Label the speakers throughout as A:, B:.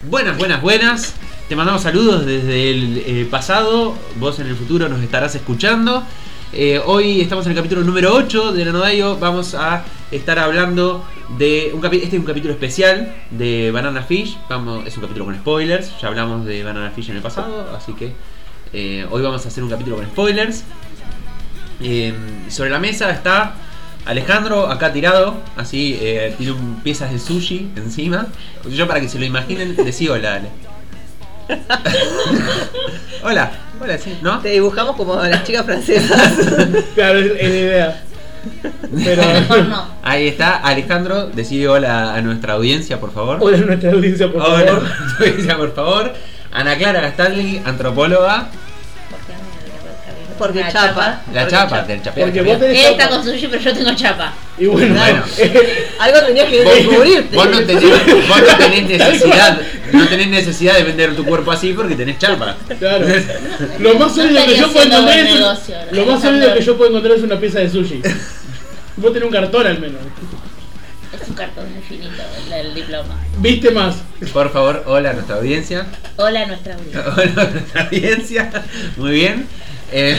A: Buenas, buenas, buenas. Te mandamos saludos desde el eh, pasado. Vos en el futuro nos estarás escuchando. Eh, hoy estamos en el capítulo número 8 de Nanodayo. Vamos a estar hablando de un capítulo. Este es un capítulo especial de Banana Fish. Vamos, es un capítulo con spoilers. Ya hablamos de Banana Fish en el pasado, así que eh, hoy vamos a hacer un capítulo con spoilers. Eh, sobre la mesa está Alejandro acá tirado, así eh, tiene un- piezas de sushi encima. Yo para que se lo imaginen, decí hola, Ale. hola, hola, sí, ¿no?
B: Te dibujamos como las chicas francesas.
C: Claro, es, es la idea. Pero.
D: Mejor no.
A: Ahí está, Alejandro, decide hola a nuestra audiencia, por favor.
C: Hola nuestra audiencia, por favor.
A: Hola, audiencia, por favor. Ana Clara Gastaldi, antropóloga.
D: Porque,
B: Porque
D: La
B: chapa.
A: La
B: Porque
A: chapa, del chapeo.
C: Porque vos tenés.
D: Él está
C: chapa.
D: con sushi, pero yo tengo chapa.
C: Y bueno.
A: Bueno.
B: Algo tenías que
A: Vos-
B: descubrirte.
A: Vos, no tenés, vos no tenés necesidad, no tenés necesidad de vender tu cuerpo así porque tenés chapa.
C: Claro. Lo más
D: No
C: sólido que
D: estaría
C: yo puedo
D: haciendo
C: encontrar
D: buen
C: es. un-
D: negocio, ¿no?
C: lo más sólido que yo puedo encontrar es una pieza de sushi. Vos tenés un cartón al menos.
D: Es un cartón infinito el del diploma.
C: Viste más.
A: Por favor, hola a nuestra audiencia.
D: Hola, nuestra audiencia.
A: Hola a nuestra audiencia. Muy bien. Eh,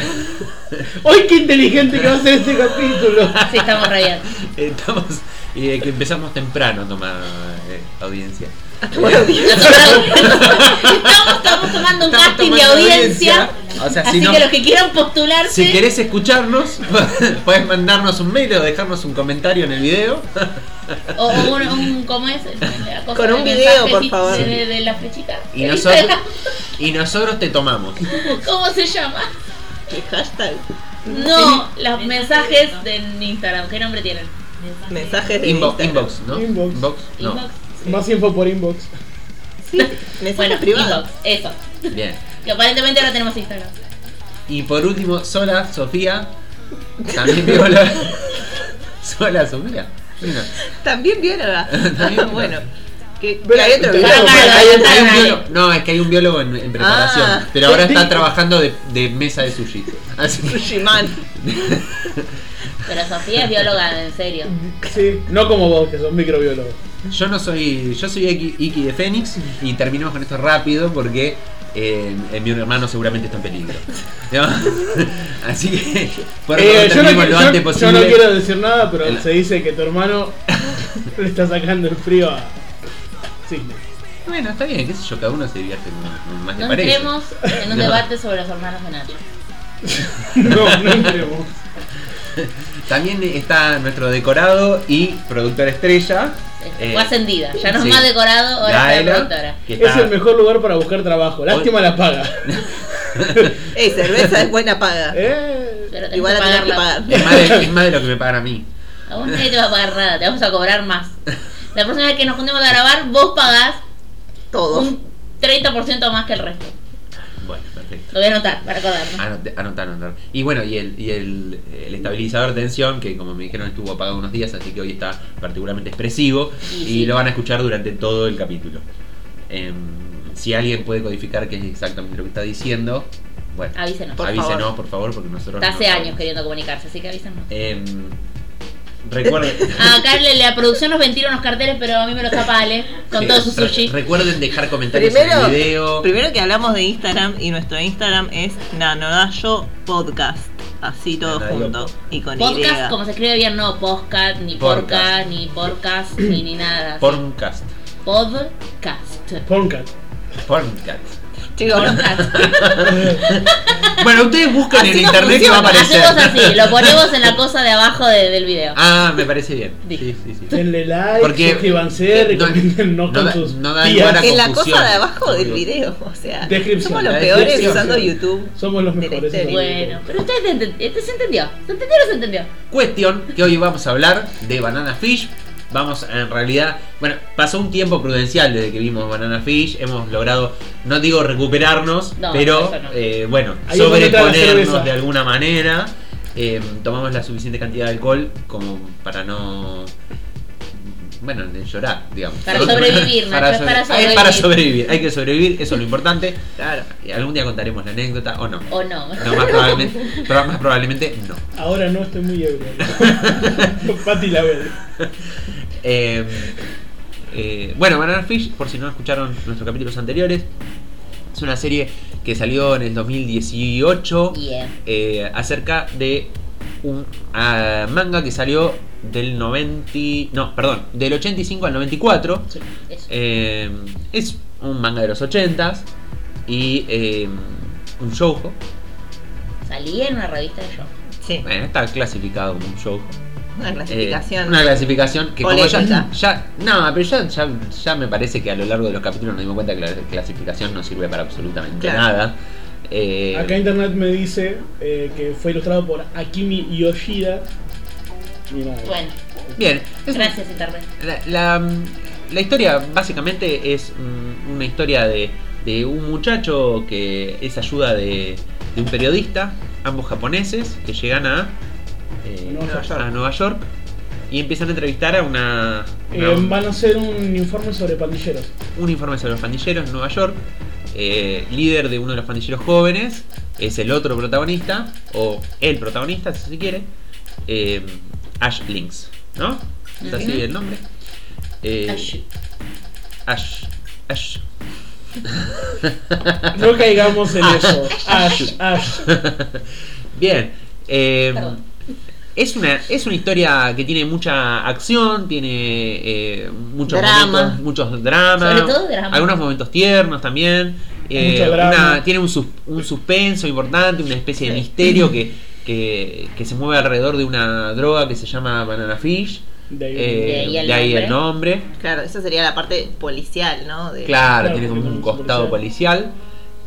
C: ¡Ay, qué inteligente que va a ser este capítulo!
D: Sí, estamos rayando.
A: estamos y de que empezamos temprano a tomar eh, audiencia.
D: estamos, estamos tomando un
A: Estamos
D: casting de
A: tomando
D: audiencia.
A: audiencia. O sea,
D: así
A: si no-
D: que los que quieran postularse.
A: Si querés escucharnos, puedes mandarnos un mail o dejarnos un comentario en el video.
D: O, o un, un- ¿Cómo es? La cosa
B: Con
D: de
B: un video,
D: mensaje
B: por
D: de-
B: favor.
D: De, de la flechita.
A: Y nosotros, y nosotros te tomamos.
D: ¿Cómo se llama?
B: ¿Qué hashtag?
D: No, los mensajes de Instagram. ¿Qué nombre tienen?
B: Mensajes de
A: Inbox,
B: Instagram.
A: inbox, ¿no?
C: Inbox.
A: No.
D: Inbox.
C: Más info por inbox.
B: Mensajes
D: Bueno,
B: privados.
D: inbox. Eso.
A: Bien.
D: Que aparentemente ahora tenemos Instagram.
A: Y por último, Sola, Sofía. También vio la. Sola, Sofía. Mira,
B: También bióloga.
A: También
B: bueno. Que, que
C: Pero-
B: hay otro
C: pero-
B: biólogo.
D: Para, para,
B: Hay otro-
A: hay un
D: Ay.
A: biólogo- No, es que hay un biólogo en, en preparación.
B: Ah.
A: pero ahora está trabajando de, de mesa de sushi. Así que-
B: Sushi man.
D: Pero Sofía es bióloga, en serio.
A: Mm.
C: Sí. No como vos, que sos microbiólogo.
A: Yo no soy. Yo soy Iki, Iki de Fénix y terminamos con esto rápido porque eh, eh, mi hermano seguramente está en peligro. ¿No? Así que por favor,
C: Eh, yo, no,
A: terminemos
C: quiero-
A: lo
C: yo-
A: antes
C: yo
A: posible.
C: no quiero decir nada, pero
A: El-
C: se dice que tu hermano le está sacando el frío a Sidney.
A: Bueno, está bien, qué sé yo, cada uno se divierte como más le
D: Nos
A: parece.
D: entremos en un
A: No.
D: debate sobre los hermanos de Nacho.
C: No, no entremos.
A: También está nuestro decorado y productor estrella.
D: Este,
A: eh,
D: Fue ascendida. Ya nos
A: sí.
D: más decorado, ahora
A: Laila,
D: es la productora.
A: que
C: Es
A: está-
C: el mejor lugar para buscar trabajo. Lástima la paga.
B: Ey, cerveza es buena paga.
C: Eh,
D: Pero tenés
B: Igual
D: que
B: la tenés que
D: pagarla.
B: pagar.
A: es, más de, es más de lo que me pagan a mí.
D: A vos nadie te va a pagar nada, te vamos a cobrar más. La próxima vez que nos juntemos a grabar, vos pagás
B: Todo.
D: un 30% más que el resto.
A: Bueno, perfecto.
D: Lo voy a anotar para acordarme.
A: Anoté- Anotar, anotar. Y bueno, y, el, y el, el estabilizador de tensión, que como me dijeron estuvo apagado unos días, así que hoy está particularmente expresivo
D: Y
A: y,
D: sí.
A: lo van a escuchar durante todo el capítulo. Em, si alguien puede codificar qué es exactamente lo que está diciendo, bueno,
D: Avísenos.
B: Por
A: avísenos
B: favor.
A: por favor, porque nosotros...
D: Está
A: no
D: hace
A: sabemos.
D: años queriendo comunicarse, así que avísenos. Ah,
A: Em, recuerden...
D: Acá le- la producción nos ventila unos carteles, pero a mí me los tapa Ale con
A: Sí,
D: todo su
A: re-
D: sushi.
A: Recuerden dejar comentarios en
B: Primero,
A: el video.
B: primero que hablamos de Instagram y nuestro Instagram es Nanodayo Podcast. Así todo
A: Nanodayo
B: junto. Y con
D: Podcast,
B: Y.
D: como se escribe bien, no podcast, ni porca,
A: Podcast.
D: ni porcas, ni, ni nada.
A: Porncast.
D: Podcast.
C: Poncat.
A: Porncast.
B: Chicos,
A: Bueno, ustedes buscan en
D: no
A: internet que va a
D: funciona,
A: aparecer.
D: Hacemos así, lo ponemos en la cosa de abajo de- del video.
A: Ah, me parece bien.
D: Dije.
A: Sí, sí, sí.
C: Denle like,
A: Porque-
C: suscríbanse, recomienden no,
A: no
C: con
A: da-
C: sus
A: no da
C: tías.
A: lugar a-
B: en la
A: confusión.
B: cosa de abajo del video. O sea,
C: Descripción.
B: somos los
A: La
B: peores
A: descripción.
B: usando YouTube.
C: Somos los
B: del
C: mejores.
B: exterior.
D: Bueno, pero ustedes enten- este se entendió. ¿Se entendió o no se entendió?
A: Cuestión que hoy vamos a hablar de Banana Fish. Vamos a, en realidad, bueno, pasó un tiempo prudencial desde que vimos Banana Fish, hemos logrado, no digo recuperarnos,
D: No,
A: pero
D: eso no.
A: eh, bueno,
C: Ahí es donde entra la cerveza.
A: sobreponernos de alguna manera. Eh, tomamos la suficiente cantidad de alcohol como para no, bueno, de llorar, digamos.
D: Para sobrevivir,
A: para,
D: Nacho, es para
A: sobre- es para
D: sobrevivir.
A: sobrevivir, hay que sobrevivir, eso es lo importante.
B: Claro.
A: Y algún día contaremos la anécdota o no.
D: ¿O no?
A: No, más probablemente, pero más probablemente no.
D: pues.
C: Ahora no estoy muy ebrio. Pati la ve.
A: Eh, Em, Eh, bueno, Banana Fish, por si no escucharon nuestros capítulos anteriores, es una serie que salió en el 2018
D: Yeah.
A: eh, acerca de un ah, manga que salió del 90. No, perdón, del 85 al 94.
C: Sí.
D: Eso.
A: Eh, es un manga de los 80s y eh, un shoujo.
D: Salía en una revista de yo.
B: Sí,
A: Bueno, está clasificado como un shoujo.
B: una
A: Eh,
B: clasificación.
A: una clasificación que como ya,
B: Polémica.
A: ya- No, pero ya, ya, ya me parece que a lo largo de los capítulos nos dimos cuenta que la clasificación no sirve para absolutamente
B: Claro.
A: nada. Eh,
C: Acá internet me dice eh, que fue ilustrado por Akimi Yoshida. Mi madre.
D: Bueno,
A: Bien, es-
D: gracias internet.
A: La, la- la historia básicamente es mm, una historia de, de un muchacho que es ayuda de, de un periodista, ambos japoneses, que llegan a, eh,
C: Nueva
A: a-
C: York.
A: a Nueva York y empiezan a entrevistar a una, una-
C: Eh, van a hacer un informe sobre pandilleros.
A: un informe sobre los pandilleros en Nueva York. Eh, líder de uno de los pandilleros jóvenes es el otro protagonista, o el protagonista, si se quiere, eh, Ash Links, ¿no? ¿Es así
D: Ujú.
A: el nombre? Eh,
D: Ash.
A: Ash. Ash.
C: No caigamos en eso. Ash, Ash.
A: Bien. eh,
D: Perdón.
A: es, una, es una historia que tiene mucha acción, tiene eh, muchos
B: Drama.
A: momentos, muchos dramas,
D: Sobre todo drama.
A: algunos momentos tiernos también. eh,
C: Mucho drama.
A: una- tiene un, sus- un suspenso importante, una especie de
D: Sí.
A: misterio que, que, que se mueve alrededor de una droga que se llama Banana Fish.
C: De ahí
A: eh,
D: De ahí el
A: de ahí el nombre.
B: Claro, esa sería la parte policial, ¿no? De-
A: Claro,
C: Claro,
A: tiene como
C: porque
A: un
C: como es
A: costado policial.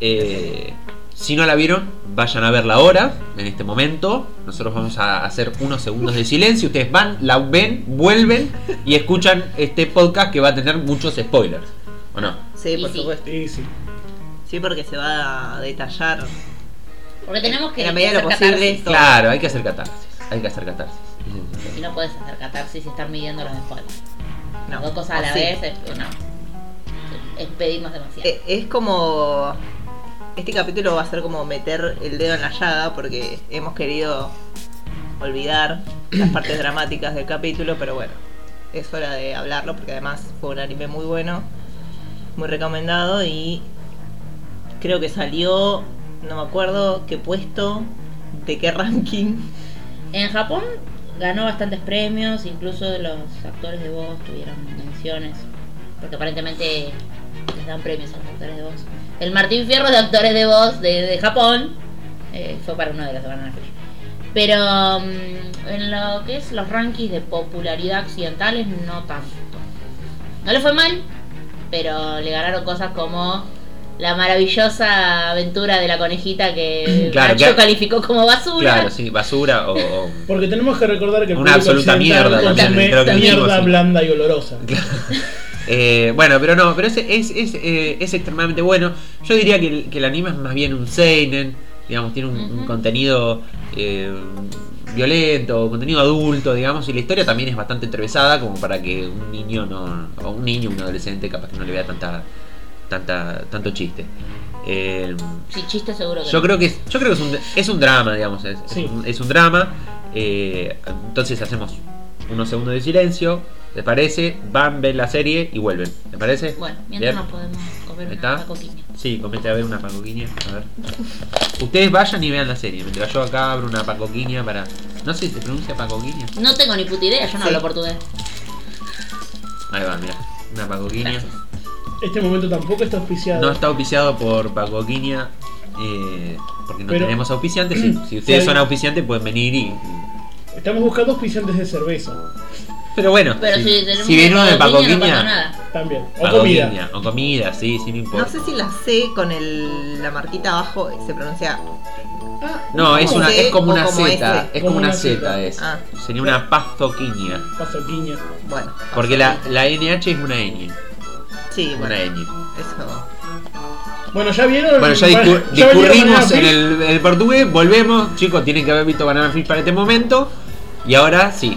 A: Eh, si no la vieron, vayan a verla ahora, en este momento. Nosotros vamos a hacer unos segundos de silencio. Ustedes van, la ven, vuelven y escuchan este podcast que va a tener muchos spoilers. ¿O no?
B: Sí, por
D: Y sí.
B: supuesto.
C: Sí, sí.
B: Sí, porque se va a detallar.
D: Porque tenemos que
B: En la medida de lo
D: hacer catarsis.
B: posible. Todo.
A: Claro, hay que hacer catarsis. Hay que hacer catarsis.
D: Y no puedes hacer catarsis y estar midiendo los spoilers.
B: No.
D: Dos cosas a la
B: Sí.
D: vez, es- no. Es pedirnos demasiado.
B: Eh, Es como. Este capítulo va a ser como meter el dedo en la llaga porque hemos querido olvidar las partes dramáticas del capítulo, pero bueno, es hora de hablarlo porque además fue un anime muy bueno, muy recomendado y creo que salió, no me acuerdo qué puesto, de qué ranking.
D: En Japón ganó bastantes premios, incluso los actores de voz tuvieron menciones, porque aparentemente les dan premios a los actores de voz. El Martín Fierro de actores de voz de, de Japón eh, fue para uno de los de Banana Fish. Pero mm, en lo que es los rankings de popularidad occidentales, no tanto. No le fue mal, pero le ganaron cosas como la maravillosa aventura de la conejita que
A: Claro,
D: Nacho
A: que-
D: calificó como basura.
A: Claro, sí, basura o. o-
C: Porque tenemos que recordar que el
A: Una
C: público
A: absoluta
C: occidental
A: mierda también,
C: consume
A: creo que
C: mierda
A: dijimos, sí.
C: blanda y olorosa.
A: Eh, bueno, pero no, pero es, es, es, eh, es extremadamente bueno. Yo diría que el, que el anime es más bien un seinen, digamos, tiene un, un
D: Ujú.
A: contenido eh, violento, contenido adulto, digamos, y la historia también es bastante entrevesada como para que un niño no, o un niño, un adolescente capaz que no le vea tanta, tanta, tanto chiste. Eh,
D: Sí, chiste seguro que
A: yo
D: no.
A: creo que es, yo creo que es un, es un drama, digamos, es, es
C: Sí.
A: un, es un drama. eh, entonces hacemos unos segundos de silencio, ¿les parece? Van, ven la serie y vuelven, ¿les parece?
D: Bueno, mientras
A: Bien.
D: nos podemos comer
A: Ahí
D: una
A: está.
D: coquilla.
A: Sí, comete a ver una pancoquiña, a ver. Ustedes vayan y vean la serie, mientras yo acá abro una pancoquiña para... No sé si se pronuncia pancoquiña.
D: No tengo ni puta idea, yo no
B: Sí.
D: hablo portugués.
A: Ahí va, mira, una pancoquiña.
D: Gracias.
C: Este momento tampoco está auspiciado.
A: No está auspiciado por pancoquiña, eh, porque no
C: Pero-
A: tenemos auspiciantes. Si, si ustedes
C: Sí.
A: son auspiciantes pueden venir y... y
C: Estamos buscando auspiciantes de cerveza
A: Pero bueno,
D: Pero si,
A: si,
D: tenemos
A: si viene uno de Paco
D: no pasa
A: Quiña,
D: nada.
C: también. O
A: Paco
C: comida.
A: Quiña, o comida, sí, sí, no importa.
B: No sé si la C con el, la marquita abajo se pronuncia.
C: Ah,
A: No, es, una, es como
B: o
A: una
B: como
A: Z,
B: ese.
A: es como una Z, es.
B: Ah.
A: Sería una pastoquiña.
C: Pasoquiña.
B: Bueno,
A: Porque la, la NH es una ñ.
B: sí, bueno,
A: Una E. ñ.
B: eso.
C: Bueno, ya vieron.
A: Bueno, ya
C: Va-
A: discu-
C: ya vieron
A: discurrimos
C: Banana
A: en
C: Fish.
A: el, el portugués, volvemos. Chicos, tienen que haber visto Banana Fish para este momento. Y ahora sí.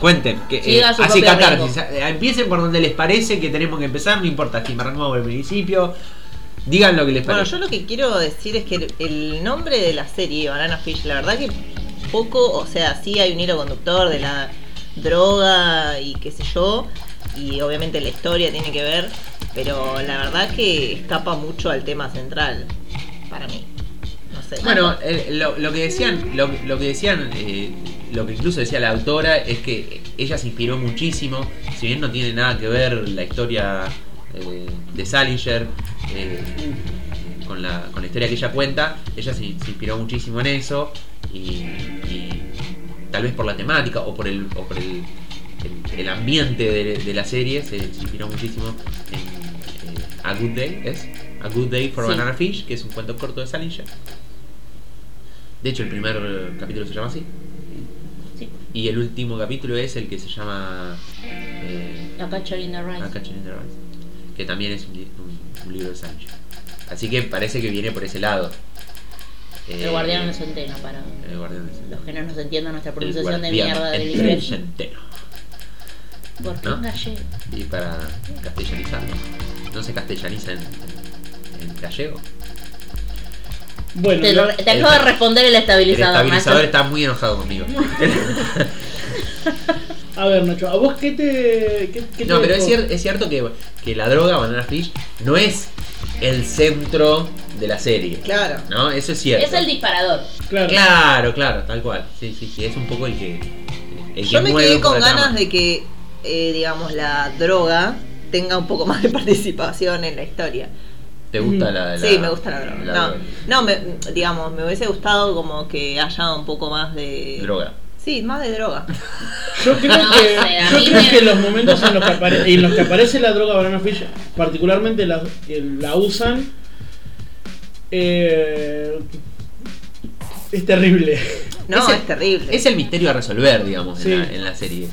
A: Cuenten, que, eh,
D: Siga su
A: así
D: propio
A: catarsis. eh, Empiecen por donde les parece que tenemos que empezar, no importa si me arranco por el principio. Digan lo que les
B: Bueno,
A: parece.
B: yo lo que quiero decir es que el, el nombre de la serie, Banana Fish, la verdad que poco, o sea, sí hay un hilo conductor de la droga y qué sé yo, y obviamente la historia tiene que ver, pero la verdad que escapa mucho al tema central, para mí. No sé.
A: Bueno, eh, lo, lo que decían, lo, lo que decían, eh, lo que incluso decía la autora es que ella se inspiró muchísimo, si bien no tiene nada que ver la historia eh, de Salinger eh, con, la, con la historia que ella cuenta, ella se, se inspiró muchísimo en eso y, y tal vez por la temática o por el, o por el, el- el ambiente de, de la serie se, se inspiró muchísimo en eh, A Good Day, ¿es? A Good Day for
D: Sí.
A: Banana Fish, que es un cuento corto de Salinger. De hecho, el primer eh, capítulo se llama así.
D: Sí.
A: Y el último capítulo es el que se llama eh,
D: A Catcher in the Rye.
A: A Catcher in the Rye, que también es un, li- un- un libro de Sancho. Así que parece que viene por ese lado. Eh,
D: El guardián del centeno, para
A: El guardián del
D: los
A: centeno.
D: que no nos entiendan nuestra
A: El
D: pronunciación de
A: guardián
D: mierda del
A: del
D: inglés.
A: centeno.
D: ¿Por qué
A: ¿No?
D: un gallego?
A: Y para castellanizarlo. ¿No se castellaniza en, en- en gallego?
C: Bueno,
D: Te,
C: yo-
D: lo- te acabo de responder el
A: El
D: estabilizador,
A: estabilizador
D: maestro.
A: está muy enojado conmigo.
C: a ver, Nacho, ¿a vos qué te.? Qué, qué
A: No,
C: te
A: pero es,
C: dejó?
A: cier- es cierto que, que la droga, Banana Fish, no es el centro de la serie.
B: claro.
A: ¿No? Eso es cierto.
D: Es el disparador.
C: Claro.
A: Claro, claro, tal cual. Sí, sí, sí. Es un poco el que. El que
B: Yo me
A: mueve
B: quedé
A: un poco
B: con
A: la
B: ganas
A: trama.
B: de que, eh, digamos, la droga tenga un poco más de participación en la historia.
A: ¿Te gusta la de la.?
B: sí, me gusta la droga.
A: la
B: no, no me, digamos, me hubiese gustado como que haya un poco más de...
A: Droga.
B: Sí, más de droga.
C: Yo creo
D: No
C: que,
D: sé, a
C: yo
D: mí
C: creo
D: me-
C: que los momentos en los que, apare- en los que aparece la droga Banana Fish, particularmente la, el- la usan, eh, es terrible.
B: No,
A: Ese-
B: es terrible.
A: Es el misterio a resolver, digamos,
C: Sí.
A: en, la, en la serie.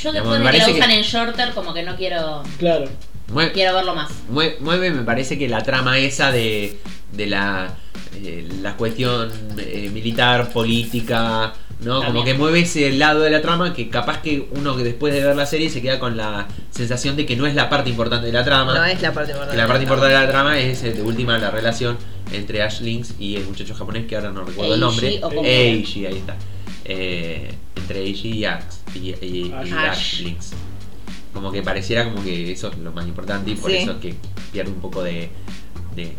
D: Yo
A: Digamos,
D: después
A: me
D: de que la
A: parece que-
D: usan en shorter, como que no quiero
C: Claro.
A: Mue-
D: quiero verlo más.
A: mue- mueve, me parece que la trama esa de, de la, eh, la cuestión eh, militar, política, ¿no? Como
D: También.
A: que mueve ese lado de la trama que capaz que uno que después de ver la serie se queda con la sensación de que no es la parte importante de la trama.
B: No es la parte importante.
A: Que la parte
B: No.
A: importante de la trama es eh, de última la relación entre Ash Links y el muchacho japonés que ahora no recuerdo el
D: Eiji
A: nombre.
D: o como-
A: Eiji, ahí está. Eh, entre Eiji y Ash, y, y- y
C: Ash.
A: Ash Links. Como que pareciera como que eso es lo más importante y por
B: Sí.
A: eso es que pierde un poco de, de,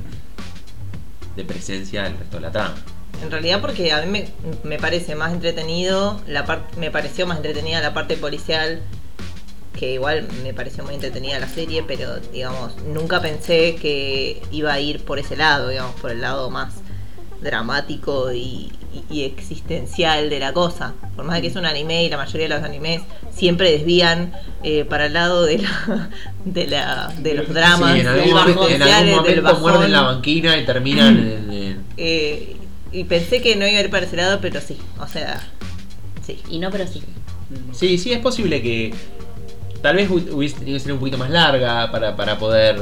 A: de presencia el resto de la trama.
B: En realidad porque a mí me, me parece más entretenido, la parte me pareció más entretenida la parte policial, que igual me pareció muy entretenida la serie, pero digamos, nunca pensé que iba a ir por ese lado, digamos, por el lado más dramático y, y- y existencial de la cosa. Por más de que es un anime y la mayoría de los animes siempre desvían eh, para el lado de, la- de, la- de los dramas,
A: Sí, en algún
B: del
A: momento,
B: bajón,
A: en algún
B: sociales, del
A: momento muerden
B: bajón.
A: la banquina y terminan en- en-
B: Eh, y pensé que no iba a ir para ese lado, pero sí. O sea, sí.
D: Y no, pero sí.
A: Sí, sí, es posible que tal vez hu- hubiese tenido que ser un poquito más larga para, para poder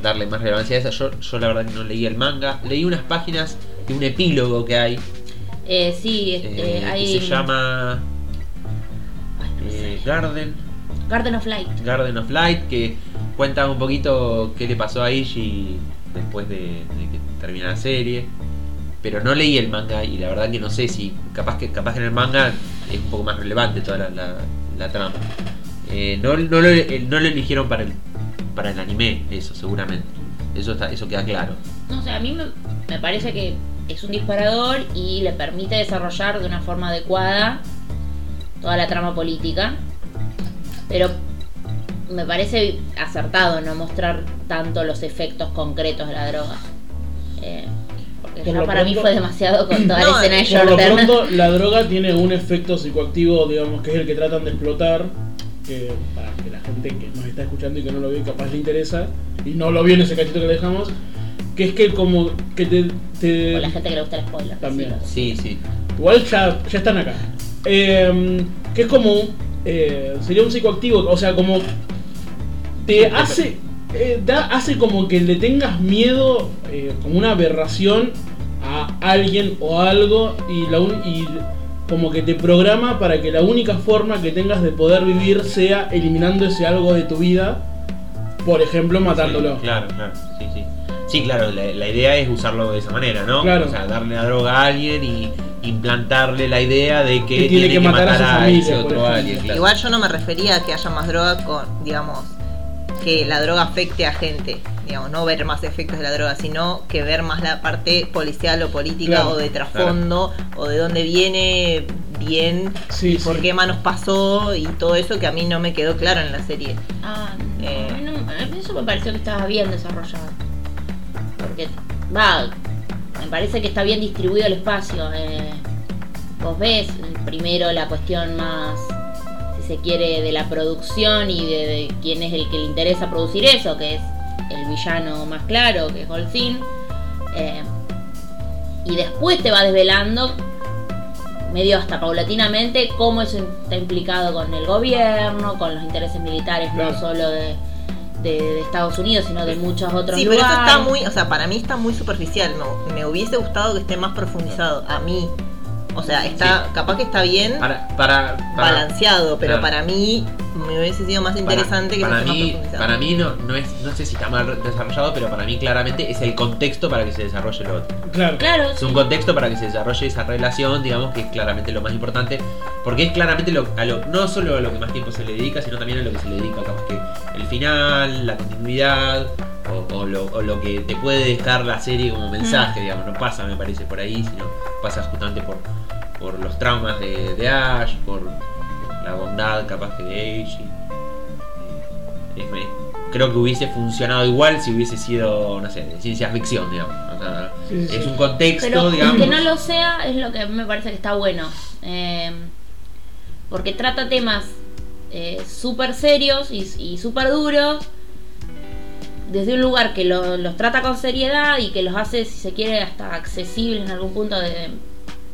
A: darle más relevancia a esa. Yo, yo la verdad que no leí el manga. Leí unas páginas de un epílogo que hay.
D: Eh, sí, este,
A: eh,
D: hay.
A: Que se llama eh, Garden,
D: Garden of Light.
A: Garden of Light, que cuenta un poquito qué le pasó a Ishi después de, de que termina la serie. Pero no leí el manga y la verdad que no sé si. Capaz que, capaz que en el manga es un poco más relevante toda la, la- la trama. Eh, no, no, lo, eh, no lo eligieron para el, para el anime, eso seguramente. Eso, está, eso queda claro.
D: No sé, a mí me, me parece que es un disparador y le permite desarrollar de una forma adecuada toda la trama política. Pero me parece acertado no mostrar tanto los efectos concretos de la droga. Eh, porque
C: Por
D: ya
C: lo
D: para mí
C: pronto- eh,
D: fue demasiado con toda
B: No,
D: la escena de
C: Por lo
D: Jordan.
C: pronto, la droga tiene un efecto psicoactivo, digamos, que es el que tratan de explotar. Que para que la gente que nos está escuchando y que no lo vio, capaz le interesa. Y no lo vio en ese cachito que le dejamos. Que es que, como que te. te-
D: O la gente que le gusta el spoiler.
C: eh, También.
D: sí.
A: Sí, sí.
C: Igual ya, ya están acá. Eh, que es como. eh, sería un psicoactivo, o sea, como. Te hace. eh, da, hace como que le tengas miedo, eh, como una aberración a alguien o algo, y, la un- y como que te programa para que la única forma que tengas de poder vivir sea eliminando ese algo de tu vida por ejemplo, matándolo.
A: Sí, claro, claro. Sí, sí. Sí, claro, la, la idea es usarlo de esa manera, ¿no?
C: Claro.
A: O sea, darle la droga a alguien y implantarle la idea de que
C: Que tiene que matar a su familia,
A: ese
C: por
A: otro
C: ejemplo.
A: alien, claro.
B: Igual yo no me refería a que haya más droga con, digamos, que la droga afecte a gente. Digamos, no ver más efectos de la droga, sino que ver más la parte policial o política
C: Claro,
B: o de trasfondo o de dónde viene bien,
C: Sí, sí.
B: por qué manos pasó y todo eso que a mí no me quedó claro en la serie.
D: Ah, no,
B: Eh.
D: a mí no- a mí eso me pareció que estaba bien desarrollado. Porque, va, me parece que está bien distribuido el espacio. eh. vos ves primero la cuestión más, si se quiere, de la producción y de, de quién es el que le interesa producir eso, que es el villano más claro, que es Golzin. Eh, y después te va desvelando medio hasta paulatinamente cómo eso está implicado con el gobierno, con los intereses militares
C: Claro.
D: no solo de, de- de Estados Unidos, sino de muchos otros
B: Sí, pero
D: lugares.
B: eso está muy, o sea, para mí está muy superficial, no. Me hubiese gustado que esté más profundizado, a mí. O sea, está,
A: Sí.
B: capaz que está bien
A: Para, para, para-
B: balanceado, pero
A: claro.
B: para mí me hubiese sido más
A: para-
B: interesante que
A: para
B: fuese más
A: mí,
B: profundizado.
A: para mí no, no es, no sé si está mal desarrollado, pero para mí claramente es el contexto para que se desarrolle lo otro.
C: Claro.
D: Claro,
A: Es
D: sí.
A: un contexto para que se desarrolle esa relación, digamos que es claramente lo más importante, porque es claramente lo, a lo- no solo a lo que más tiempo se le dedica, sino también a lo que se le dedica, capaz que el final, la continuidad, o, o lo, o lo que te puede dejar la serie como mensaje, digamos, no pasa, me parece, por ahí, sino pasa justamente por, por los traumas de, de Ash, por la bondad capaz que de Eiji. Es- me- creo que hubiese funcionado igual si hubiese sido, no sé, de ciencia ficción, digamos. O sea,
C: Sí, sí,
A: es
C: sí.
A: un contexto,
D: Pero
A: digamos.
D: que no lo sea es lo que a mí me parece que está bueno. Eh, porque trata temas eh, súper serios y, y súper duros. Desde un lugar que lo- los trata con seriedad y que los hace, si se quiere, hasta accesibles en algún punto de,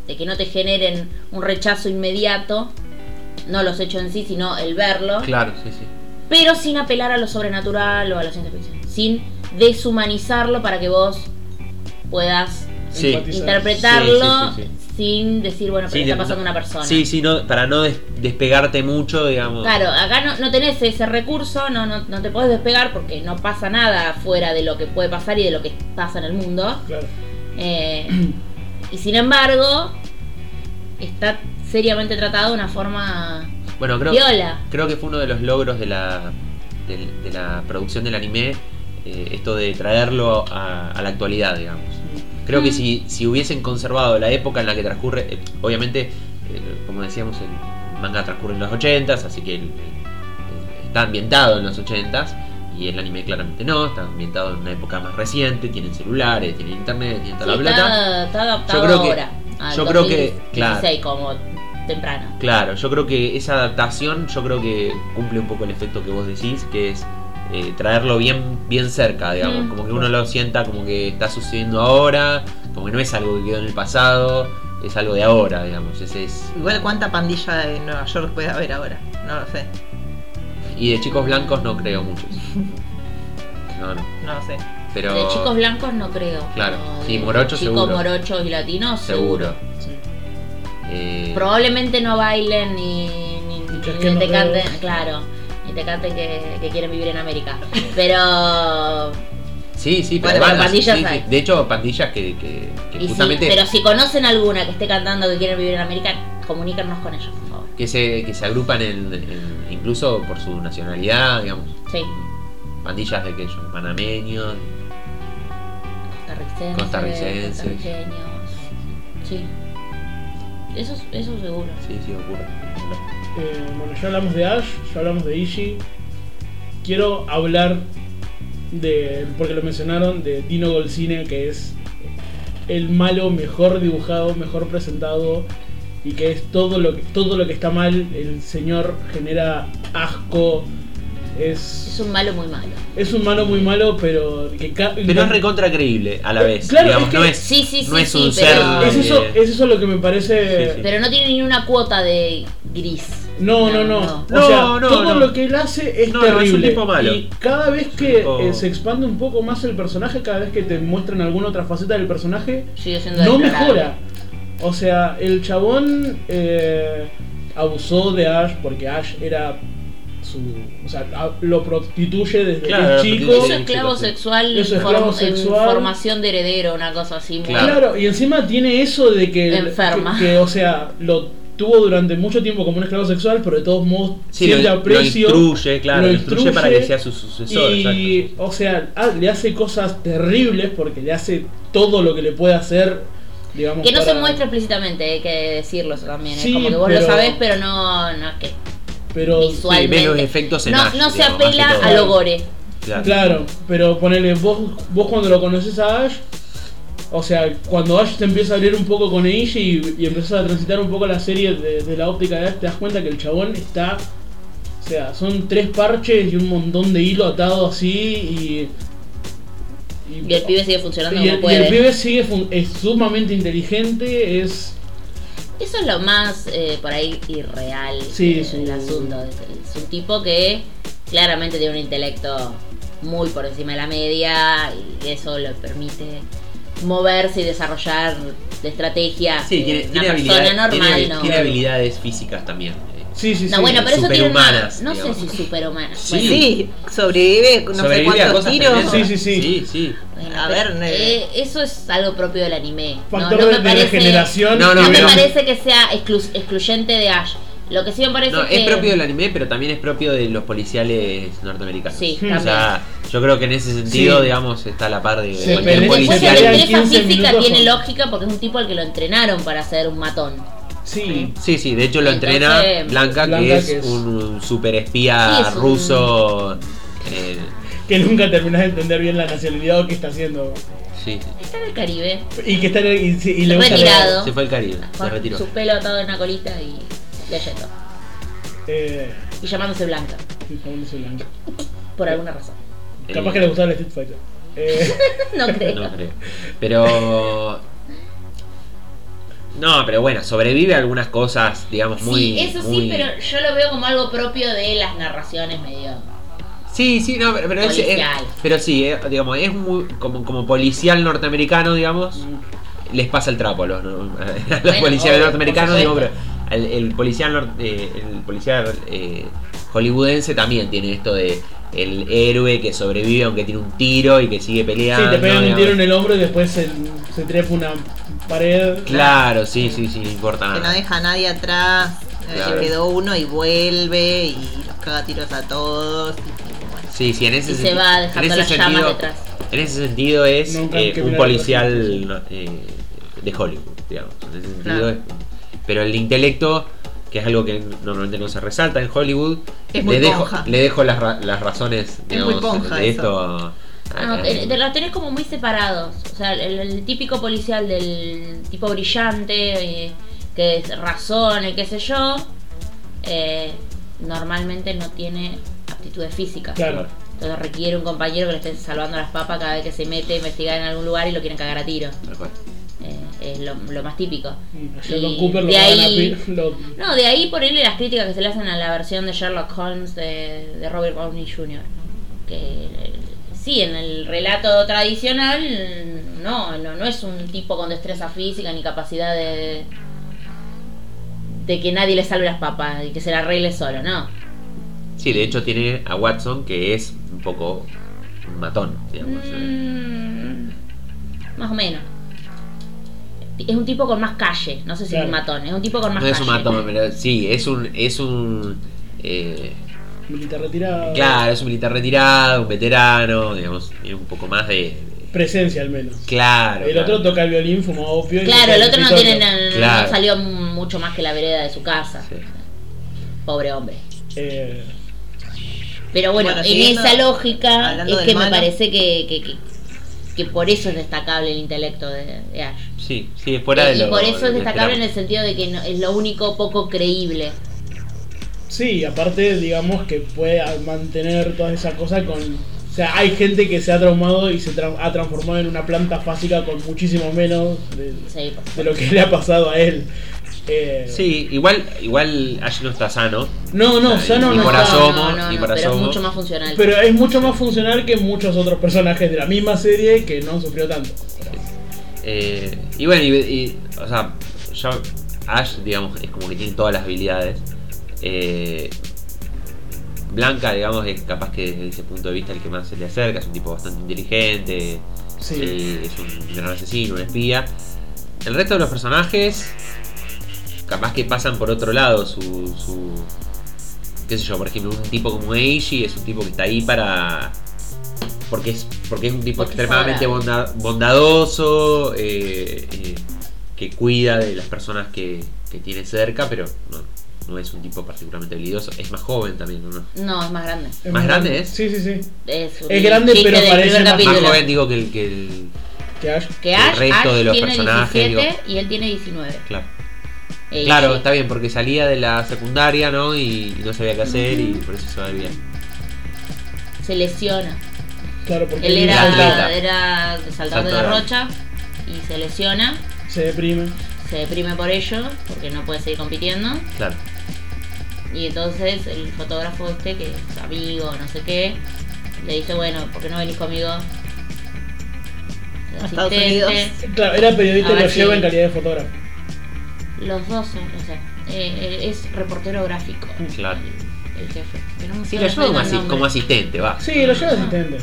D: de que no te generen un rechazo inmediato. No los hechos en sí, sino el verlo.
A: Claro, sí, sí.
D: Pero sin apelar a lo sobrenatural o a la ciencia ficción. Sin deshumanizarlo para que vos puedas
A: Sí.
C: Empatizar.
D: interpretarlo
A: Sí, sí, sí,
D: sin decir, bueno,
A: Sí,
D: pero ¿qué
A: de-
D: está pasando una persona.
A: Sí, sí, no, para no des- despegarte mucho, digamos.
D: Claro, acá no, no tenés ese recurso, no, no, no te podés despegar porque no pasa nada fuera de lo que puede pasar y de lo que pasa en el mundo.
C: Claro.
D: Eh, y sin embargo, está seriamente tratado de una forma
A: Bueno, creo,
D: viola.
A: creo que fue uno de los logros de la, del- de la producción del anime, eh, esto de traerlo a, a la actualidad, digamos. Creo que
D: Mm.
A: si, si hubiesen conservado la época en la que transcurre, eh, obviamente, eh, como decíamos, el manga transcurre en los 80s, así que el- el- está ambientado en los 80s, y el anime claramente no, está ambientado en una época más reciente, tienen celulares, tienen internet, tienen toda
D: Sí,
A: la plata.
D: está, está adaptado
A: creo que-
D: ahora. al
A: yo creo que-
D: 2016, como temprano.
A: Claro, yo creo que esa adaptación, yo creo que cumple un poco el efecto que vos decís, que es eh, traerlo bien, bien cerca, digamos,
D: Mm.
A: como que uno lo sienta como que está sucediendo ahora, como que no es algo que quedó en el pasado, es algo de ahora, digamos, ese es.
B: Igual cuánta pandilla de Nueva York puede haber ahora, no lo sé,
A: Y de chicos blancos no creo muchos. No, no.
B: no lo sé.
A: Pero
D: De chicos blancos no creo.
A: Claro,
D: pero
A: sí,
D: de
A: morochos
D: chicos
A: seguro.
D: morochos y latinos
A: seguro.
C: Sí.
A: Eh,
D: Probablemente no bailen ni, ni,
C: Ni
D: ni
C: chasquen
D: te
C: los
D: canten,
C: dedos.
D: claro, ni te canten que, que quieren vivir en América. Pero,
A: sí, sí, pero
B: Bueno, pero
A: bandas,
D: pandillas
A: sí, sí.
D: hay.
A: De hecho, pandillas que, que- que
D: y si-
A: justamente
D: pero si conocen alguna que esté cantando que quieren vivir en América, comuníquenos con ellos, por favor.
A: que se, que se agrupan en- en- incluso por su nacionalidad, digamos.
D: Sí,
A: pandillas de aquellos, panameños.
D: costarricenses.
A: Costarricenses.
D: costarriqueños, Sí. Eso, es- eso seguro.
A: Sí, sí, ocurre.
C: Eh, bueno, ya hablamos de Ash, ya hablamos de Ishii. Quiero hablar de, porque lo mencionaron, de Dino Golcine, que es el malo mejor dibujado, mejor presentado y que es todo lo que, todo lo que está mal. El señor genera asco.
D: Es
C: Es,
D: un malo muy malo.
C: es un malo muy malo, pero que ca-
A: Pero es recontra creíble a la
C: Eh,
A: vez.
C: claro,
A: digamos,
C: es que-
A: no es,
D: Sí, sí, sí,
A: no es
D: sí,
A: un ser.
D: pero-
C: es eso,
A: eh,
C: es eso lo que me parece.
A: Sí, sí.
D: Pero no tiene ni una cuota de gris.
C: No, no, no.
D: No,
A: no.
C: O sea,
A: No, no,
C: todo
A: no.
C: lo que él hace es
A: No, no, es un
C: terrible.
A: tipo malo.
C: Y cada vez
A: un
C: que
A: tipo-
C: eh, se expande un poco más el personaje, cada vez que te muestran alguna otra faceta del personaje,
D: Sigue siendo
C: no
D: deplorable.
C: mejora. O sea, el chabón eh, abusó de Ash porque Ash era su. O sea, a- lo prostituye desde
A: Claro, lo
C: que es
A: prostituye.
C: chico.
D: Eso
A: Sí,
D: es esclavo
A: chicos, sí.
D: sexual,
C: Eso es
D: form-
C: esclavo
D: en
C: sexual.
D: formación de heredero, una cosa así. muy-
A: Claro.
C: Claro. y encima tiene eso de que,
D: Enferma.
C: que. que, o sea, lo tuvo durante mucho tiempo como un esclavo sexual, pero de todos modos
A: Sí,
C: siente
A: lo, lo
C: aprecio.
A: instruye, claro, lo
C: lo
A: instruye,
C: instruye
A: para que sea su sucesor.
C: y,
A: exacto.
C: o sea, ah, le hace cosas terribles porque le hace todo lo que le puede hacer, digamos.
D: Que no
C: para-
D: se muestra explícitamente, hay que decirlo eso también.
C: Sí,
D: es como que vos lo
C: pero-
D: sabés, pero no, no es que
C: Pero,
D: visual.
A: Sí, ve los efectos en
D: no,
A: Ash,
D: no se
A: digamos, más que
D: apela
A: todo.
D: a lo gore.
A: Claro.
C: claro, pero ponele, vos, vos cuando lo conoces a Ash, o sea, cuando Ash te empieza a abrir un poco con Eiji y, y empiezas a transitar un poco la serie de, de la óptica de Ash, te das cuenta que el chabón está. O sea, son tres parches y un montón de hilo atado así y.
D: Y el pibe sigue funcionando
C: y
D: como
C: el, y
D: puede.
C: el pibe sigue fun- es sumamente inteligente, es
D: Eso es lo más eh, por ahí irreal
C: Sí,
D: del
C: sí.
D: asunto. Es, es un tipo que claramente tiene un intelecto muy por encima de la media y eso le permite moverse y desarrollar de estrategia.
A: Sí,
D: que
A: tiene,
D: una
A: tiene
D: persona
A: habilidades,
D: normal
A: tiene-
D: no.
A: tiene habilidades físicas también.
C: Sí, sí,
D: no,
C: sí.
D: bueno, pero eso tiene una,
A: superhumanas,
D: No
A: digamos.
D: sé si superhumanas.
A: Sí.
D: Bueno,
B: Pues Sí, sobrevive no
A: Sobrevive
B: sé
A: a
B: cuántos
A: cosas
B: tiros.
A: tremendas.
C: Sí, sí, sí.
A: sí, sí.
D: bueno,
B: A
D: pero,
B: ver, ne-
D: eh, eso es algo propio del anime. No-
C: Factor
D: no,
C: de,
D: me parece,
C: regeneración.
A: No,
D: no, me
A: pero-
D: parece que sea exclu- excluyente de Ash. Lo que sí me parece
A: No,
D: que
A: es propio del anime, pero también es propio de los policiales norteamericanos.
D: Sí,
A: o
D: también.
A: sea, yo creo que en ese sentido,
C: Hmm. Sí.
A: digamos, está a la par de
C: Se
A: cualquier
C: pelea-
D: Después
C: se
D: la
A: policial.
C: pelea-
D: destreza
C: 15
D: física
C: minutos
D: tiene
C: con-
D: lógica porque es un tipo al que lo entrenaron para ser un matón.
C: Sí.
A: Sí, sí, de hecho lo
D: Entonces,
A: entrena Blanca, que
C: Blanca,
A: es,
C: que es-
A: un superespía
D: Sí, es un-
A: ruso. eh,
C: Que nunca terminás de entender bien la nacionalidad o qué está haciendo.
A: sí, sí.
D: Está en el Caribe,
C: Y que está en el- y, sí, y le gusta
D: Retirado.
A: se fue al Caribe, se
D: con
A: retiró.
D: su pelo atado en una colita y leyendo.
C: leer. Eh,
D: Y llamándose Blanca,
C: sí, como dice Blanca.
D: por alguna razón.
A: Eh,
C: Capaz que le gustaba el Street Fighter. Eh,
D: no creo.
A: No creo. Pero. No, pero bueno, sobrevive a algunas cosas, digamos, muy.
D: sí, eso sí,
A: muy-
D: pero yo lo veo como algo propio de las narraciones medio.
A: Sí, sí, no, pero, pero es- es-
D: Policial.
A: pero sí, eh, digamos, es muy, como, como policial norteamericano, digamos, les pasa el trapo a los, ¿no? a los
D: Bueno,
A: policiales
D: obvio,
A: norteamericanos,
D: por
A: digamos,
D: supuesto.
A: pero el, el policial, nor- eh, el policial eh, hollywoodense también tiene esto de el héroe que sobrevive aunque tiene un tiro y que sigue
C: sí,
A: peleando.
C: te pegan un
A: digamos.
C: tiro en el hombro y después se, se trepa una pared.
A: Claro, sí, sí, sí, no importa
B: Que no
A: nada.
B: deja a nadie atrás. eh,
A: Claro.
B: Le quedó uno y vuelve y los caga tiros a todos.
A: Sí, sí, en ese
D: Y se
A: senti-
D: va dejando
A: en ese
D: las llamas
A: sentido-
D: detrás.
A: En ese sentido es
C: Nunca hay
A: eh,
C: que
A: un
C: mirar atrás, sí.
A: policial no, eh, de Hollywood, digamos. En ese sentido
D: Claro.
A: es- pero el intelecto, que es algo que normalmente no se resalta en Hollywood,
B: Es muy
A: le, dejo,
B: ponja.
A: le dejo las, ra- las razones
B: Es muy
A: digamos,
B: ponja
A: de
B: eso.
A: esto. a-
D: Ah, no,
A: a-
D: te, te los tenés como muy separados. O sea, el, el típico policial del tipo brillante, eh, que es razón y qué sé yo, eh, normalmente no tiene aptitudes físicas.
C: Claro.
D: Entonces requiere un compañero que le esté salvando las papas cada vez que se mete a investigar en algún lugar y lo quieren cagar a tiro.
A: Tal cual.
D: Eh, es lo, lo más típico.
C: A
D: Y
C: Sheldon Cooper lo
D: de
C: van a
D: ahí-
C: pi- lo-
D: No, de ahí ponerle las críticas que se le hacen a la versión de Sherlock Holmes de, de Robert Downey Jr. Que eh, sí, en el relato tradicional no, no, no es un tipo con destreza física ni capacidad de de que nadie le salve las papas y que se la arregle solo, no.
A: Sí, de hecho tiene a Watson, que es un poco un matón, digamos. Eh,
D: Mm, más o menos. Es un tipo con más calle, no sé si es un
C: Claro.
D: matón, es un tipo con más
A: No
D: calle.
A: es un matón, pero sí, es un... Es un eh,
C: militar retirado.
A: Claro, es un militar retirado, un veterano, digamos, tiene un poco más de. de-
C: Presencia al menos.
A: Claro.
C: El
A: claro.
C: otro toca el violín, fuma opio. y
D: Claro,
C: toca
D: el otro no
C: escritorio.
D: tiene na- no
A: Claro.
D: salió mucho más que la vereda de su casa.
A: Sí.
D: Pobre hombre.
C: Eh,
D: Pero bueno,
B: Bueno,
D: en
B: siguiendo-
D: esa lógica
B: hablando
D: es
B: del
D: que me
B: malo.
D: parece que, que, que- que por eso es destacable el intelecto de, de Ash.
A: Sí, sí, es fuera
D: Eh,
A: de
D: y
A: lo.
D: por eso
A: lo
D: es destacable en
A: esperable.
D: el sentido de que no- es lo único poco creíble.
C: Sí, aparte, digamos que puede mantener todas esas cosas con. O sea, hay gente que se ha traumado y se tra- ha transformado en una planta fásica con muchísimo menos de,
D: Sí, por-
C: de lo que le ha pasado a él. Eh,
A: Sí, igual, igual Ash no está sano.
C: No, no, sano
A: Ni
C: no
A: por
C: está,
A: asomo, ni por
D: pero es
A: asomo.
D: mucho más funcional.
C: Pero es mucho más funcional que muchos otros personajes de la misma serie que no sufrió tanto.
A: Eh, y bueno, y, y, o sea, ya Ash, digamos, es como que tiene todas las habilidades. Eh, Blanca, digamos, es capaz que desde ese punto de vista el que más se le acerca, es un tipo bastante inteligente,
C: Sí.
A: eh, es un gran asesino, un espía. El resto de los personajes, capaz que pasan por otro lado su... su qué sé yo, por ejemplo, un tipo como Eiji es un tipo que está ahí para... Porque es, porque es un tipo
D: Porque
A: extremadamente
D: sabe.
A: bonda- bondadoso, eh, eh, que cuida de las personas que, que tiene cerca, pero no, no es un tipo particularmente habilidoso. Es más joven también, ¿no?
D: No, es más grande.
C: Es
A: ¿Más grande es?
C: Sí, sí, sí.
D: Es, un
C: Es grande,
D: chiste
C: pero
D: del
C: parece
D: primer
C: más
A: Más
D: capítulo.
A: joven digo que el... Que el
C: Que Ash-
D: Que
A: El
D: Ash,
A: resto
D: Ash
A: de los
D: tiene
A: personajes,
D: 17 y él tiene 19.
A: claro.
D: Eh,
A: Claro,
D: sí.
A: está bien, porque salía de la secundaria, ¿no? Y no sabía qué hacer y por eso se va bien.
D: se lesiona.
C: Claro, porque
D: Él
A: Atleta.
D: era, era saltador de
A: Saltador.
D: la rocha y se lesiona,
C: se deprime.
D: se deprime por ello, porque no puede seguir compitiendo.
A: Claro.
D: Y entonces el fotógrafo este, que es amigo, no sé qué, le dice, bueno, ¿por qué no venís conmigo?
B: A Estados Unidos.
C: Claro, era periodista
D: A
C: y lo
D: ver si-
C: lleva en calidad de fotógrafo.
D: Los dos son, o sea, eh, eh, es reportero gráfico.
A: Claro.
D: El, el jefe. Pero no me
A: Sí,
D: acuerdo
A: lo llevo como,
D: el
A: asi-
D: nombre.
A: como asistente, va.
C: Sí, lo lleva de asistente.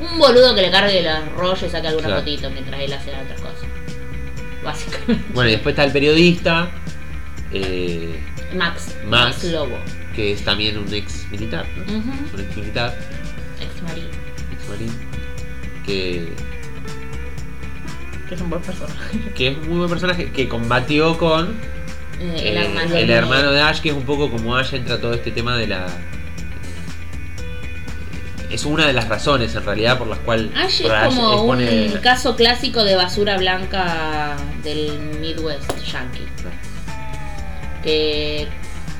D: Un boludo que le cargue los rollos y saque alguna
A: Claro.
D: fotito mientras él hace otras cosas. Básicamente.
A: Bueno, y después está el periodista, eh,
D: Max.
A: Max.
D: Lobo.
A: que es también un ex militar, ¿no? Es
D: Ujú.
A: Un ex militar,
D: Ex marido.
A: ex marín, que,
B: Que es un buen personaje.
A: que es un muy buen personaje, que combatió con
D: Eh, el
A: eh,
D: hermano.
A: el
D: de-
A: hermano de Ash, que es un poco como Ash entra todo este tema de la... Es una de las razones, en realidad, por las cuales...
D: Ash es
A: por
D: como un
A: expone-
D: caso clásico de basura blanca del Midwest Yankee. que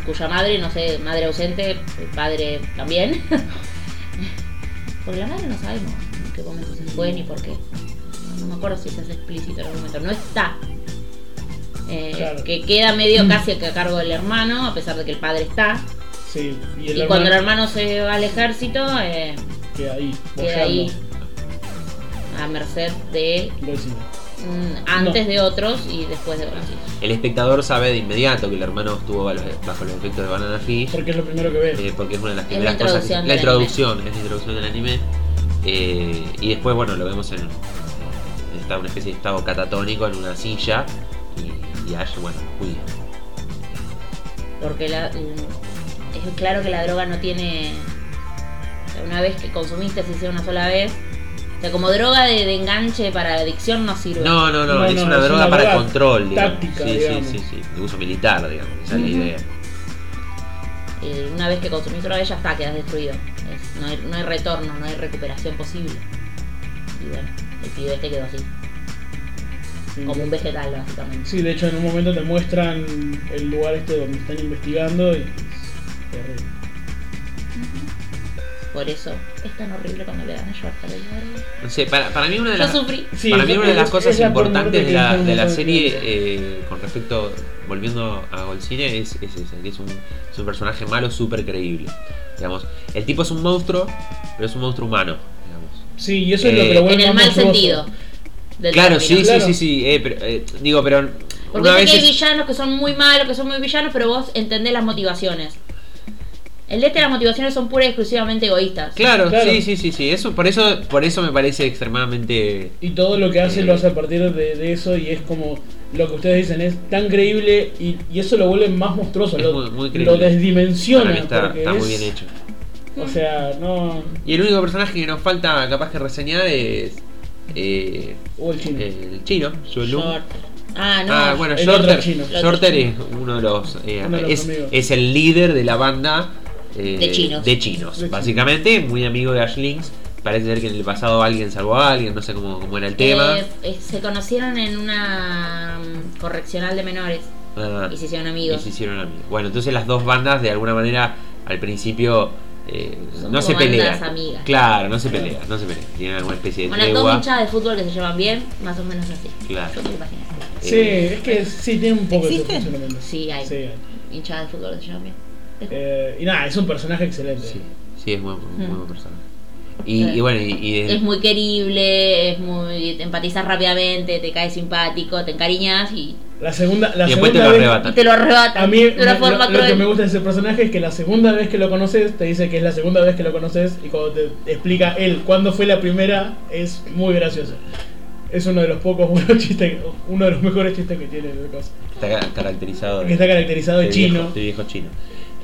D: cuya madre, no sé, madre ausente, el padre también. Porque la madre no sabemos en qué momento se fue ni por qué. No, no me acuerdo si se hace explícito en algún momento. No está. Eh,
C: Claro.
D: Que queda medio casi a cargo del hermano, a pesar de que el padre está.
C: Sí, y
D: Y,
C: el
D: cuando el
C: hermano
D: hermano se va al ejército, eh,
C: queda ahí,
D: queda ahí
C: bollando.
D: a merced de
C: Buenísimo.
D: mm, antes de otros y después de otros.
A: El espectador sabe de inmediato que el hermano estuvo bajo los, bajo los efectos de Banana Fish,
C: Porque es lo primero que ve.
A: eh, porque es una de las
D: Es
A: primeras
D: la
A: cosas. que-
D: introducción
A: la
D: del
A: introducción, es la introducción del anime. Eh, y después, bueno, lo vemos en, en esta- una especie de estado catatónico en una silla. Y, y Ash, bueno, lo cuida.
D: Porque la- mm, es claro que la droga no tiene. o sea, Una vez que consumiste, si sea una sola vez. O sea, como droga de, de enganche para la adicción no sirve.
A: No, no, no,
C: No,
A: es
C: no,
A: una
C: es
A: droga
C: una
A: para
C: droga
A: control, digamos.
C: táctica,
A: sí,
C: digamos.
A: sí, sí, sí, de uso militar, digamos, esa es
D: Ujú.
A: la idea.
D: Eh, una vez que consumís otra vez ya está, quedas destruido. Es- no, hay, no hay retorno, no hay recuperación posible. Y bueno, el pibe este quedó así,
C: Sí.
D: como un vegetal básicamente.
C: Sí, de hecho en un momento te muestran el lugar este donde están investigando y es terrible.
D: Por eso es tan horrible cuando le dan a llorar para el
A: No sé, para, para mí una de
D: Yo
A: las.
D: sufrí.
C: Sí,
A: Para mí
C: yo-
A: una de las
C: es-
A: cosas
C: es la
A: importantes
C: pornografía
A: de
C: que
A: la,
C: tiene un
A: de la
C: montón de
A: serie,
C: gente.
A: eh, con respecto, volviendo a Golcine, es, es esa, que es un, es un personaje malo súper creíble. Digamos, el tipo es un monstruo, pero es un monstruo humano. digamos.
C: Sí, y eso es lo que
A: Eh,
C: lo vuelve
D: En
C: más
D: el mal
C: monstruoso.
D: sentido. del
A: Claro,
D: término.
A: sí,
C: Claro.
A: sí, sí, sí, eh, pero, eh, digo, pero
D: Porque
A: una
D: sé
A: vez
D: que hay
A: es-
D: villanos que son muy malos, que son muy villanos, pero vos entendés las motivaciones. El de este las motivaciones son puras y exclusivamente egoístas.
A: Claro,
C: Claro.
A: sí, sí, sí, sí. Eso, por eso, por eso me parece extremadamente.
C: Y todo lo que hace lo hace a partir de, de eso y es como lo que ustedes dicen, es tan creíble y, y eso lo vuelve más monstruoso,
A: Es
C: lo,
A: muy- muy creíble.
C: lo desdimensiona.
A: para mí está,
C: porque
A: está muy
C: es-
A: bien hecho.
C: O sea, no...
A: Y el único personaje que nos falta capaz que reseñar es eh,
C: O el chino.
A: el chino, Joel Lum.
D: Short. Ah, no.
A: Ah, bueno,
C: el otro
A: Shorter,
C: chino.
D: El otro
A: Shorter es
D: chino.
A: uno de los. eh,
C: Uno de los
A: es,
C: amigos.
A: es el líder de la banda eh,
D: De chinos.
A: de chinos,
C: De
A: básicamente, muy amigo de Ash Links. Parece ser que en el pasado alguien salvó a alguien, no sé cómo, cómo era el tema.
D: Eh, eh, se conocieron en una mm, correccional de menores
A: Ah,
D: y se hicieron
A: y
D: amigos.
A: se hicieron amigos. Bueno, entonces las dos bandas, de alguna manera, al principio. eh,
D: Son
A: no
D: como
A: se
D: bandas
A: pelean.
D: amigas.
A: Claro, no se pelean, no se pelean. Tienen alguna especie de
D: Bueno, dos
A: tregua.
D: hinchas de fútbol que se llevan bien, más o menos así.
A: Claro.
D: Yo me imagino.
C: Sí,
A: Eh,
C: es que sí, tiene un poco
B: ¿Existe?
C: de ese funcionamiento.
D: Sí, hay
C: Sí, hay.
D: hinchas de fútbol que se llevan bien.
C: Eh, y nada, es un personaje excelente.
A: Sí, sí, es muy, muy
D: Hmm.
A: buen personaje. Y,
D: Sí.
A: y bueno, y, y de-
D: Es muy querible, es muy te empatizas rápidamente, te caes simpático, te encariñas y
C: La segunda, la
A: Y después te
C: segunda
A: lo
C: vez-
A: arrebatan.
D: Y te lo arrebatan.
C: A mí
D: de una
C: me-
D: forma
C: lo, lo que
D: cruel.
C: me gusta de ese personaje es que la segunda vez que lo conoces te dice que es la segunda vez que lo conoces y cuando te explica él cuándo fue la primera es muy gracioso. Es uno de los pocos buenos chistes, uno de los mejores chistes que tiene el coso.
A: Está ca- caracterizado de,
C: Que está caracterizado de
A: viejo-
C: chino.
A: de viejo chino.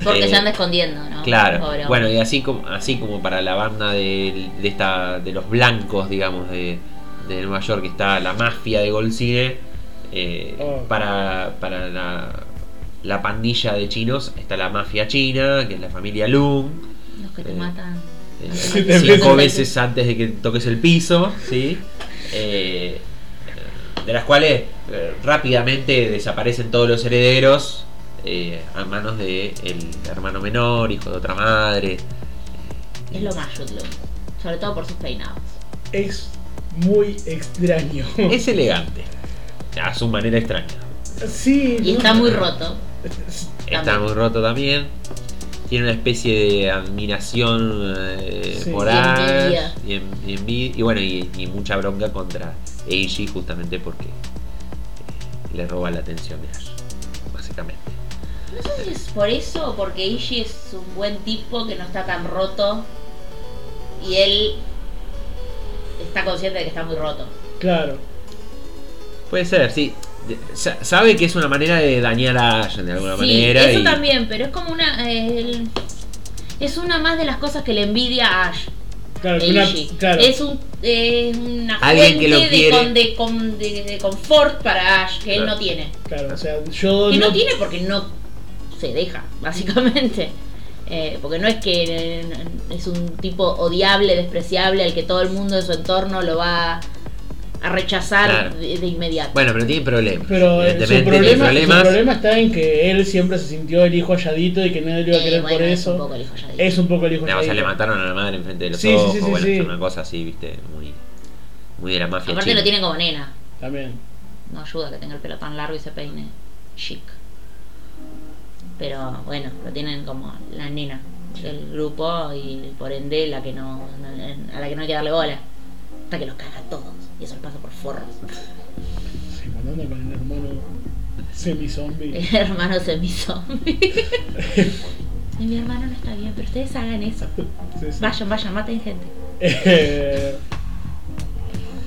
D: Porque
A: Eh,
D: se anda escondiendo, ¿no?
A: Claro.
D: Pobre hombre.
A: bueno, y así como, así como para la banda de, de esta, de los blancos, digamos, de, de Nueva York, que está la mafia de Gold Cine, eh,
C: Oh.
A: para, para la, la pandilla de chinos está la mafia china, que es la familia Lung,
D: Los que te
A: eh,
D: matan.
A: eh,
C: Sí, te
A: cinco
D: ves.
A: veces antes de que toques el piso, ¿sí? Eh, de las cuales eh, rápidamente desaparecen todos los herederos eh, a manos de el hermano menor, hijo de otra madre.
D: Es lo más Jude Law. Sobre todo por sus peinados.
C: Es muy extraño.
A: Es elegante, a su manera extraña.
C: Sí.
D: Y
C: no-
D: está muy roto.
A: Está
D: También.
A: muy roto también. Tiene una especie de admiración eh,
C: Sí.
A: por
D: Y
A: Ash
D: envidia.
A: y, en- y envi- y bueno, y, y mucha bronca contra Eiji justamente porque eh, le roba la atención de Ash, básicamente.
D: No sé si es por eso o porque Ishi es un buen tipo que no está tan roto. Y él está consciente de que está muy roto.
C: Claro.
A: Puede ser, sí. De- sa- Sabe que es una manera de dañar a Ash de alguna
D: sí,
A: manera.
D: eso
A: y-
D: también, pero es como una. eh, el- es una más de las cosas que le envidia a Ash.
C: Claro, que una-
D: Eiji.
C: claro.
D: Es un, eh, una
A: Alguien que
D: fuente
A: lo
D: de,
A: quiere.
D: con- de, con- de- de confort para Ash que él
A: Claro.
D: no tiene.
C: Claro, o sea, yo
D: Que no tiene porque no se deja, básicamente. Eh, porque no es que eh, es un tipo odiable, despreciable, al que todo el mundo de su entorno lo va a rechazar
A: Claro.
D: de, de inmediato.
A: Bueno, pero tiene problemas.
C: Pero eh, su
A: evidentemente, tiene
C: problema, su
A: problemas.
C: problema está en que él siempre se sintió el hijo halladito y que nadie lo iba a
D: Eh,
C: querer
D: bueno,
C: por
D: es
C: eso.
D: un poco el hijo ya dicho.
C: Es un poco el hijo
A: No, o sea,
C: halladito.
A: le mataron a la madre enfrente de los
C: Sí, sí,
A: ojos.
C: sí, sí,
A: bueno,
C: sí.
A: fue una cosa así, viste, muy, muy de la mafia.
D: Aparte
A: china.
D: lo tiene como nena.
C: También.
D: No ayuda que tenga el pelo tan largo y se peine chic. Pero bueno, lo tienen como la nena del grupo y por ende la que no, a la que no hay que darle bola. Hasta que los caga a todos. Y eso le pasa por forros.
C: Sí, matando con el hermano semi-zombie.
D: El hermano se me hizo. y mi hermano no está bien, pero ustedes hagan eso.
C: Sí, sí.
D: Vayan, vayan, maten gente.
C: Eh,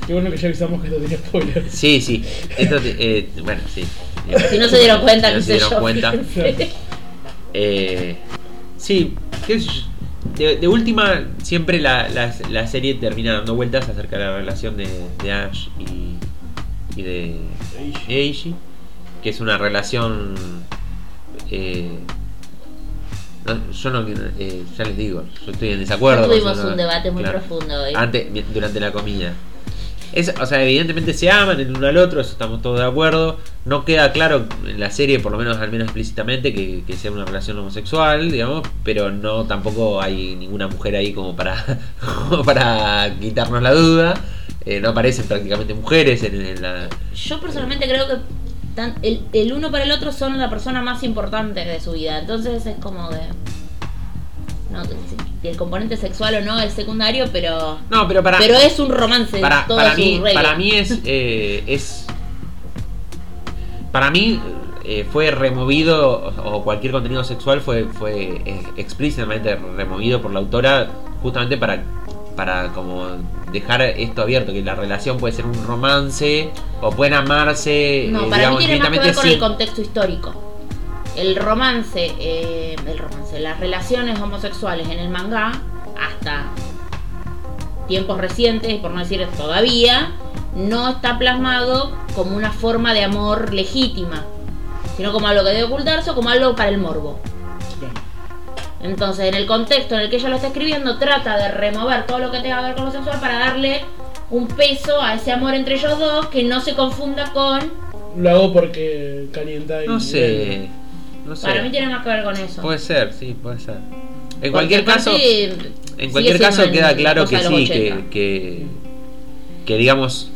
C: qué bueno que ya avisamos que esto tenía spoilers.
A: Sí, sí. Esto, te- eh, bueno, sí.
D: Si no se dieron cuenta,
A: Si
D: qué
A: no se
D: sé
A: dieron
D: yo.
A: cuenta. Eh, sí, qué sé yo. de, de última, siempre la, la- la serie termina dando vueltas acerca de la relación de, de Ash y, y de Eiji, que es una relación... eh, no, yo no, eh, ya les digo, yo estoy en desacuerdo. con
D: Tuvimos
A: eso, ¿no?
D: un debate muy
A: pues, Claro. Ah.
D: profundo hoy.
A: Antes, mi- durante la comida. Es, o sea, evidentemente se aman el uno al otro, eso estamos todos de acuerdo. No queda claro en la serie, por lo menos al menos explícitamente, que, que sea una relación homosexual, digamos, pero no tampoco hay ninguna mujer ahí como para, como para quitarnos la duda. Eh, no aparecen prácticamente mujeres en, en la...
D: Yo personalmente creo que tan- el, el uno para el otro son la persona más importante de su vida. Entonces es como que. No, si el componente sexual o no es secundario, pero.
A: No, pero para...
D: pero es un romance en
A: para,
D: toda
A: para
D: su
A: mí,
D: regla.
A: para mí es, eh, es para mí eh, fue removido o o cualquier contenido sexual fue fue eh, explícitamente removido por la autora justamente para para como dejar esto abierto que la relación puede ser un romance o pueden amarse
D: No,
A: eh,
D: para mí
A: digamos,
D: tiene más que ver
A: infinitamente
D: con el
A: sin-
D: contexto histórico. El romance, eh, el romance, las relaciones homosexuales en el manga, hasta tiempos recientes, por no decir todavía, no está plasmado como una forma de amor legítima, sino como algo que debe ocultarse o como algo para el morbo. Entonces, en el contexto en el que ella lo está escribiendo, trata de remover todo lo que tenga que ver con lo sexual para darle un peso a ese amor entre ellos dos que no se confunda con
C: Lo hago porque calienta y.
A: no sé no sé
D: Para mí tiene más que ver con eso.
A: puede ser sí puede ser Pues, en
D: Porque
A: cualquier
D: aparte,
A: caso
D: sigue
A: En cualquier
D: siendo
A: caso
D: en-
A: queda claro
D: cosa
A: que
D: de los
A: sí, que,
D: 80.
A: que, que digamos,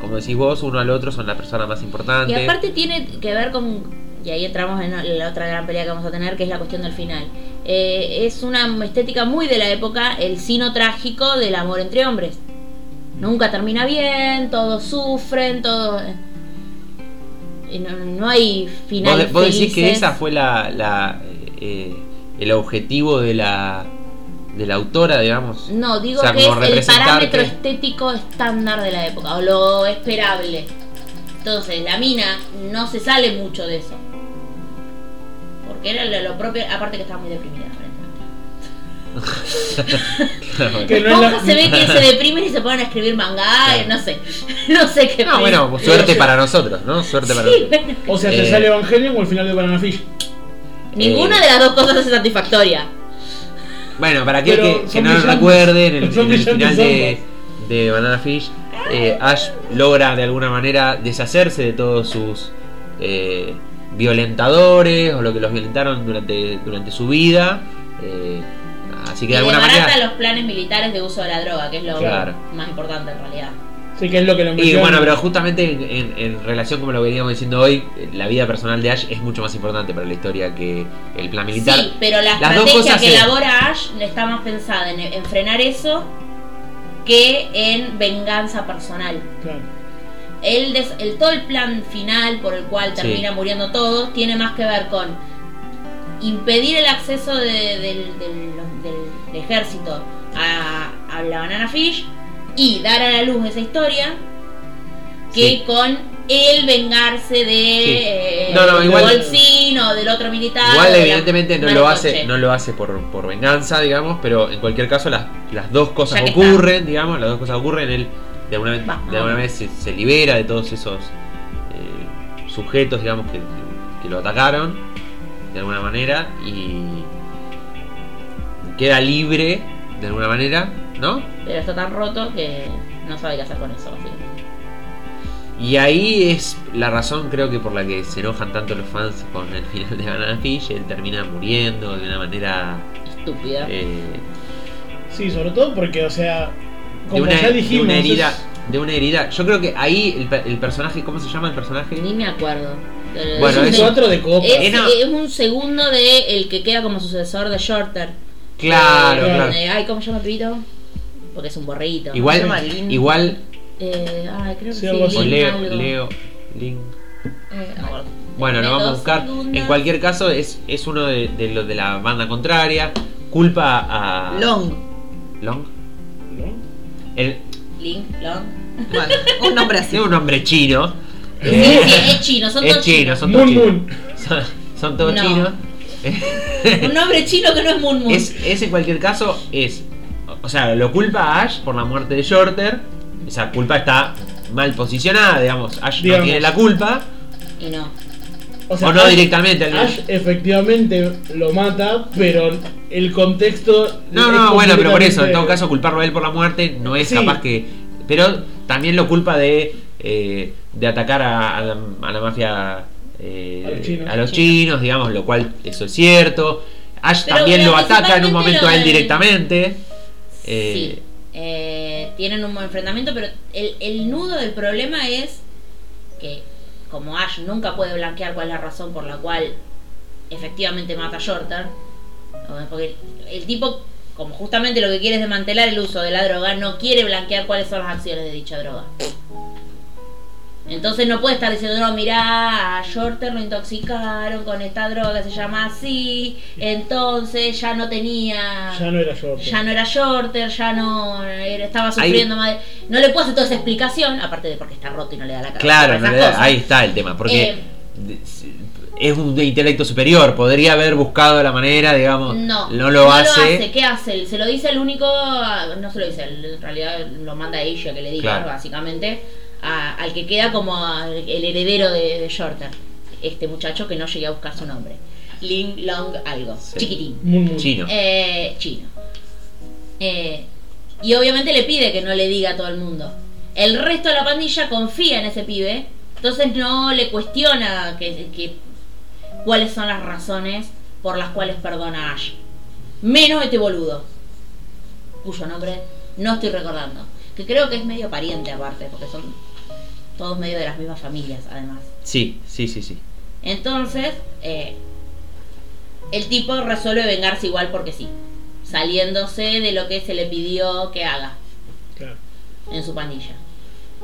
A: como decís vos, uno al otro son la persona más importante.
D: Y aparte tiene que ver con... Y ahí entramos en la otra gran pelea que vamos a tener, que es la cuestión del final. Eh, es una estética muy de la época, el sino trágico del amor entre hombres. Nunca termina bien, todos sufren, todos... eh, y no, no hay
A: ¿Vos,
D: final.
A: de- vos decís que
D: felices.
A: esa fue la, la, eh, el objetivo de la, de la autora, digamos?
D: No, digo
A: O sea,
D: que
A: como
D: es el
A: representar
D: parámetro
A: que-
D: estético estándar de la época, o lo esperable. Entonces, la mina no se sale mucho de eso. Porque era lo, lo propio, aparte que estaba muy deprimida, aparentemente.
A: Claro.
C: Que no es
D: Poco
C: la-
D: se ve que se deprimen y se ponen a escribir manga, y no sé. No sé qué.
A: No, bueno, pues suerte para nosotros, ¿no? Suerte para
D: Sí,
A: nosotros.
D: bueno.
C: O sea, te
A: Eh.
C: sale Evangelion o el final de Banana Fish.
D: Ninguna
A: Eh.
D: de las dos cosas es satisfactoria.
A: Bueno, para aquel
C: Pero
A: que, que
C: son
A: no lo
C: brillantes.
A: recuerde, en el,
C: Son
A: en el final
C: brillantes
A: de, de Banana Fish, eh, Ash logra de alguna manera deshacerse de todos sus eh, violentadores o lo que los violentaron durante, durante su vida. eh, así
D: Y
A: que de alguna
D: desbarata
A: manera.
D: los planes militares de uso de la droga, que es lo
A: Claro.
D: más importante en realidad.
C: Sí, que es lo que lo
A: Y
C: menciona.
A: bueno, pero justamente en, en- en relación como lo veníamos diciendo hoy, eh, la vida personal de Ash es mucho más importante para la historia que el plan militar.
D: Sí, pero la
A: Las dos
D: estrategia
A: cosas
D: que
A: es-
D: elabora Ash está más pensada en, en frenar eso que en venganza personal.
C: Claro.
D: El, des- el- todo el plan final por el cual
A: Sí.
D: termina muriendo todos tiene más que ver con impedir el acceso de- del, del- los- del- del ejército a, a la banana fish y dar a la luz esa historia que
A: Sí.
D: con el vengarse de
A: Sí.
D: eh,
A: No, no, igual-
D: Bolsín o del otro militar o
A: Igual
D: de la-
A: evidentemente no
D: Mano
A: lo hace,
D: Coche.
A: no lo hace por, por venganza, digamos, pero en cualquier caso las, las dos cosas
D: Ya que
A: ocurren, digamos, las dos cosas ocurren, él de alguna vez,
D: Vamos.
A: de alguna vez se, se libera de todos esos eh, sujetos, digamos, que, que lo atacaron, de alguna manera, y queda libre, de alguna manera, ¿no?
D: Pero está tan roto que no sabe qué hacer con eso. así.
A: Y ahí es la razón, creo que, por la que se enojan tanto los fans con el final de Banana Fish, él termina muriendo de una manera...
D: Estúpida.
A: eh,
C: Sí, sobre todo porque, o sea,
A: de
C: como
A: una,
C: ya
A: de
C: dijimos.
A: una herida.
C: es-
A: De una herida. Yo creo que ahí el, pe- el personaje, ¿cómo se llama el
D: Ni
A: personaje?
D: me acuerdo. Pero-
A: Bueno,
C: es
A: es-
C: un 4 de copa.
D: es,
A: Eh, no.
D: es un segundo de el que queda como sucesor de Shorter.
A: Claro,
D: Eh,
A: claro.
D: eh, Ay, ¿cómo se llama el pibito? Porque es un borreguito.
B: Se llama
A: Igual,
B: Lin.
A: igual,
D: Eh, ay, creo que
C: Sí,
D: sí.
C: algo así.
A: o
D: Lin
A: Leo,
D: algo.
A: Leo, Lin.
D: Eh,
B: No me acuerdo.
A: Bueno, lo
D: Dos
A: vamos a buscar.
D: segundas.
A: En cualquier caso, es, es uno de, de los de la banda contraria. Culpa a.
B: Long.
A: Long.
C: ¿no?
A: El-
D: Link, Long.
B: Bueno, un nombre así.
A: tiene un nombre chino.
D: Sí, sí, es chino, son
A: Eh. es
D: todos
A: chino,
D: chinos.
A: son todos
C: Moon
A: chinos.
C: Moon.
A: Son, son todos
D: No.
A: chinos.
D: Un nombre chino que no es Moon Moon.
A: Es, es, en cualquier caso, es. O sea, lo culpa a Ash por la muerte de Shorter. Esa culpa está mal posicionada, digamos. Ash
C: Digamos.
A: no tiene la culpa.
D: Y no.
A: O,
C: sea,
A: no
C: Ash-
A: directamente. al
C: Ash efectivamente lo mata, pero el contexto.
A: no,
C: es
A: no, bueno, pero por eso, en
C: completamente-
A: todo caso, culparlo a él por la muerte no es
C: Sí.
A: capaz que. Pero también lo culpa de. eh, de atacar a, a la, a la mafia. eh,
C: A los chinos.
A: chinos, digamos, lo cual eso es cierto. Ash
D: Pero,
A: también
D: pero
A: lo ataca en un
D: principalmente
A: momento
D: lo
A: a él
D: del-
A: directamente. Eh,
D: sí. Eh, tienen un enfrentamiento, pero el, el nudo del problema es que, como Ash nunca puede blanquear cuál es la razón por la cual efectivamente mata a Shorter, o- porque el tipo, como justamente lo que quiere es desmantelar el uso de la droga, no quiere blanquear cuáles son las acciones de dicha droga. Entonces no puede estar diciendo, no, mirá, a Shorter lo intoxicaron con esta droga que se llama así, entonces ya no tenía
C: Ya no era yo. pues.
D: ya no era shorter, ya no era- estaba sufriendo más. de- No le puedo hacer toda esa explicación, aparte de porque está roto y no le da la cara.
A: Claro, en realidad, ahí está el tema, porque
D: Eh,
A: de- es un de intelecto superior, podría haber buscado la manera, digamos,
D: No,
A: no lo hace.
D: ¿Qué hace? Se lo dice el único. No se lo dice, él, en realidad lo manda a ella que le diga,
A: Claro.
D: básicamente, a- al que queda como a- el heredero de, de Shorter. Este muchacho que no llegué a buscar su nombre. Ling Long algo,
A: Sí.
D: chiquitín.
C: Moon Moon.
A: Chino.
D: Eh, chino. Eh, y obviamente le pide que no le diga a todo el mundo. El resto de la pandilla confía en ese pibe, entonces no le cuestiona que, que- cuáles son las razones por las cuales perdona a Ash. Menos este boludo, cuyo nombre no estoy recordando. Que creo que es medio pariente aparte, porque son todos medio de las mismas familias además.
A: Sí, sí, sí, sí.
D: Entonces, eh, el tipo resuelve vengarse igual porque sí, saliéndose de lo que se le pidió que haga
C: Claro.
D: en su pandilla.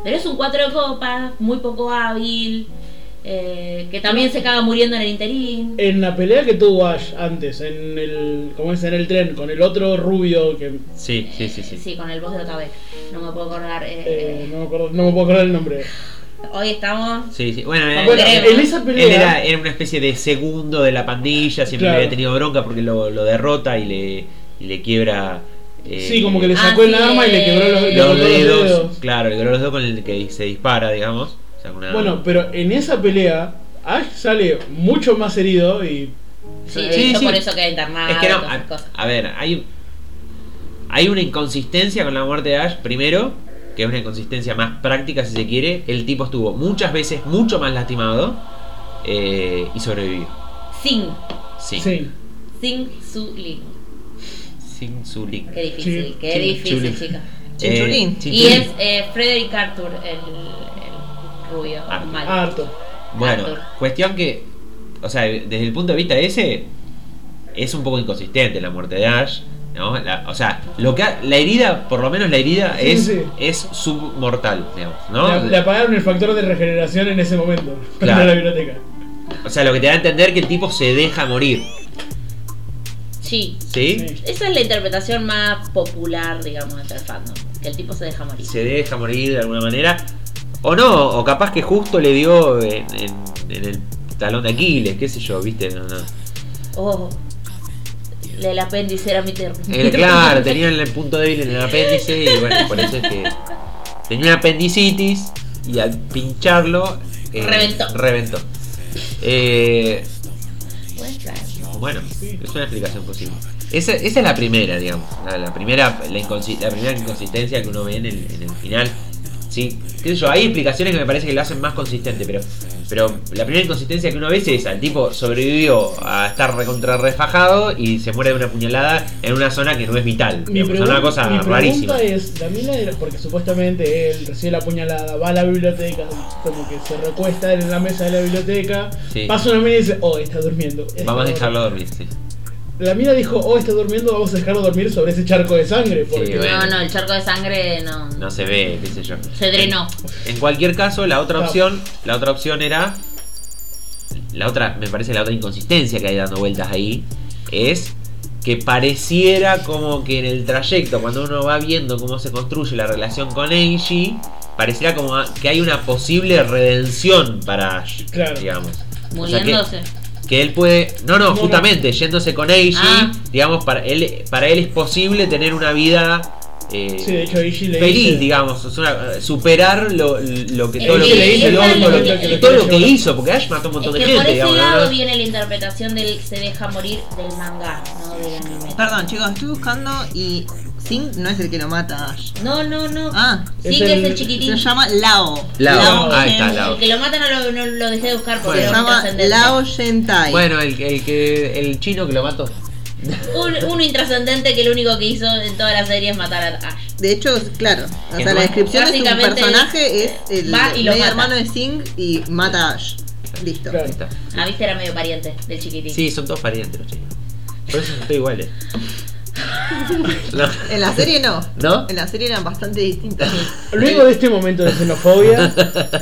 D: Pero es un cuatro de copas, muy poco hábil, eh, que también se acaba muriendo en el interín.
C: En la pelea que tuvo Ash antes, en el, ¿cómo es? En el tren, con el otro rubio que
A: Sí, sí, sí,
D: Eh,
A: sí.
D: con el voz de otra vez. No me puedo acordar. eh,
C: eh, no, me acuerdo, no me puedo acordar el nombre.
D: Hoy estamos.
A: Sí, sí. Bueno, eh,
C: Bueno,
A: él,
D: Creo.
C: en esa pelea.
A: era, era una especie de segundo de la pandilla, siempre
C: Claro.
A: le había tenido bronca porque lo, lo derrota y le, y le quiebra. eh,
C: sí, como que le
D: Ah,
C: sacó el
D: sí,
C: arma y le
D: eh,
C: quebró los, le
A: los,
C: cortó los
A: dedos,
C: dedos.
A: Claro, le quebró los dedos con el que se dispara, digamos. O sea, con una-
C: Bueno, pero en esa pelea, Ash sale mucho más herido y.
A: Sí,
D: Sí, de hecho,
A: sí.
D: eh, por eso queda internado.
A: Es que no, ah.
D: y todas
A: a,
D: esas Ah, cosas.
A: a ver, hay, hay una inconsistencia con la muerte de Ash, primero, que es una inconsistencia más práctica si se quiere. El tipo estuvo muchas veces mucho más lastimado eh, y sobrevivió.
D: Sing.
A: Sí.
C: Sí.
D: Sing Su Lee.
A: Sin su link.
D: Qué difícil,
C: Sí,
D: qué
C: sí,
D: difícil,
A: chuli.
D: chicas.
B: Chinchulín.
A: Eh,
D: Y es eh, Frederick Arthur, el, el rubio,
A: Ah.
D: malo.
C: Harto.
A: Bueno,
D: Arthur.
A: cuestión que, o sea, desde el punto de vista ese, es un poco inconsistente la muerte de Ash. ¿no? La- o sea, lo que ha- la herida, por lo menos la herida,
C: Sí,
A: es,
C: sí.
A: es submortal, digamos, ¿no?
C: Le, le apagaron el factor de regeneración en ese momento.
A: Claro.
C: En la biblioteca.
A: O sea, lo que te da a entender que el tipo se deja morir,
D: Sí.
A: ¿sí?
C: Sí.
D: Esa es la interpretación más popular, digamos, del fandom. Que el tipo se deja morir.
A: Se deja morir de alguna manera. O no, o capaz que justo le dio en, en- en el talón de Aquiles, qué sé yo, ¿viste? No, no.
D: Oh, el apéndice era mi termo.
A: Eh, claro, tenía el punto débil en el apéndice y bueno, por eso es que tenía apendicitis y al pincharlo eh,
D: Reventó.
A: reventó. Eh,
D: Pues, claro.
A: bueno, es una explicación posible. Esa, esa es la primera, digamos, la, la primera, la, inconsi- la primera inconsistencia que uno ve en el, en el final. Sí, qué sé yo, hay explicaciones que me parece que lo hacen más consistente, pero, pero la primera inconsistencia que uno ve es esa, el tipo sobrevivió a estar recontra refajado y se muere de una puñalada en una zona que no es vital,
C: Mi
A: digamos, es una
C: pregun-
A: cosa
C: mi pregunta
A: rarísima.
C: es, Damila, era- porque supuestamente él recibe la puñalada, va a la biblioteca, como que se recuesta en la mesa de la biblioteca,
A: Sí.
C: pasa una mina y dice, oh, está durmiendo. está
A: Vamos a
C: dormido".
A: dejarlo dormir, sí.
C: La mina dijo, oh, está durmiendo, vamos a dejarlo dormir sobre ese charco de sangre. Porque...
A: Sí, bueno.
D: No, no, el charco de sangre no.
A: No se ve, qué sé yo.
D: Se drenó.
A: En cualquier caso, la otra
C: Claro.
A: opción, la otra opción era la otra, me parece la otra inconsistencia que hay dando vueltas ahí es que pareciera como que en el trayecto, cuando uno va viendo cómo se construye la relación con Angie, pareciera como a- que hay una posible redención para Ash,
C: Claro.
A: digamos. O sea que-
D: Muriéndose.
A: que él puede. No, no,
C: No,
A: justamente, yéndose con Eiji,
D: Ah.
A: digamos, para él, para él es posible tener una vida. eh,
C: Sí, de hecho, Ishi le
A: feliz,
C: dice-
A: digamos, es una- superar lo, lo que
D: Es
A: todo lo
D: que
A: que
D: le
A: hizo,
D: dice
A: todo,
D: en el
A: lo-
D: momento que le
A: todo lo que
C: cayó.
A: hizo, porque Ash mató un montón
D: Es
A: de
D: que por
A: gente,
D: ese
A: digamos.
D: lado
A: ¿no?
D: viene la interpretación del se deja morir del manga, no del anime.
A: Ah.
B: Perdón, chicos, estoy buscando y Sing no es el que lo mata a Ash.
D: No, no, no.
B: Ah,
D: sí
C: Es
D: que es
C: el-
D: el
B: se
D: chiquitín.
B: llama Lao.
A: Lao, ahí
B: Shen-
A: está, Lao.
D: El que lo mata no lo, no lo dejé de buscar
A: Bueno.
D: porque
B: Se
D: era muy
B: llama
D: trascendente.
B: Lao Shentai.
A: Bueno, el, el que el chino que lo mató.
D: Un, uno intrascendente que lo único que hizo en toda la serie es matar a Ash.
B: De hecho, es- claro, o
A: Es
B: sea,
A: más-
B: la descripción de su
D: básicamente eh,
B: personaje es el
D: va y lo
B: medio
D: mata.
B: hermano de Sing y mata a Ash. Listo.
A: Ahí está.
D: Ah, viste, era medio pariente del chiquitín.
A: Sí, son todos parientes los chinos. Por eso son todos iguales.
B: En la serie no.
A: ¿No? ¿No?
B: En la serie eran bastante distintas.
C: Luego de este momento de xenofobia,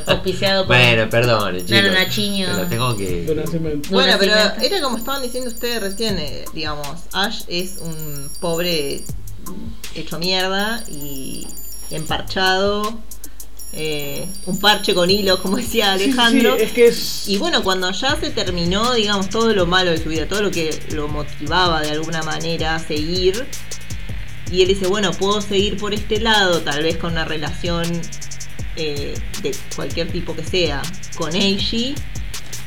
D: Auspiciado por.
A: Bueno, perdón, chicos.
D: nachiño.
A: Pero tengo que.
C: de nacimiento.
B: Bueno,
D: Una
B: pero
D: cincuenta.
B: era como estaban diciendo ustedes recién, eh, digamos, Ash es un pobre hecho mierda y emparchado, eh, un parche con hilo, como decía
C: Sí, sí, sí,
B: Alejandro.
C: es que es...
B: Y bueno, cuando ya se terminó, digamos, todo lo malo de su vida, todo lo que lo motivaba de alguna manera a seguir, y él dice, bueno, puedo seguir por este lado, tal vez con una relación eh, de cualquier tipo que sea, con Eiji,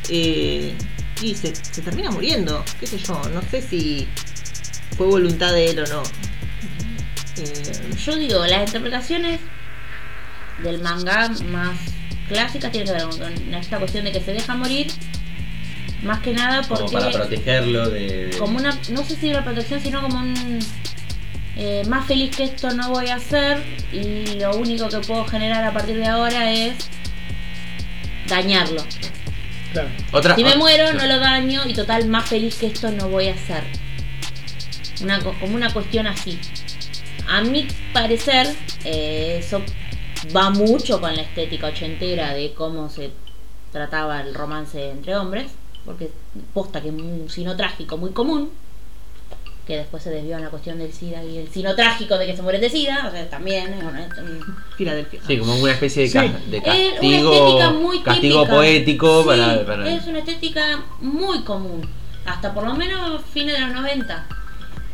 B: eh, y se, se termina muriendo, qué sé yo, no sé si fue voluntad de él o no. Eh,
D: Yo digo, las interpretaciones del manga más clásicas tienen que ver con esta cuestión de que se deja morir. Más que nada porque.
A: Como para protegerlo de.
D: como una, no sé si una protección, sino como un eh, más feliz que esto no voy a hacer y lo único que puedo generar a partir de ahora es dañarlo.
C: Claro.
A: Otra- Ah,
D: Si me
A: ot-
D: muero no lo daño y total más feliz que esto no voy a hacer. Una, co- como una cuestión así. A mi parecer eh, eso va mucho con la estética ochentera de cómo se trataba el romance entre hombres, porque posta que es un sino trágico muy común, que después se desvió en la cuestión del SIDA y el sino trágico de que se mueren de SIDA, o sea, también es una- un-
B: Filadelfia.
A: Sí, como una especie de,
C: Sí.
A: ca- de
D: Es
A: castigo,
D: una estética muy
A: castigo
D: típica.
A: poético
D: Sí,
A: para, para-
D: Es una estética muy común, hasta por lo menos fines de los 90,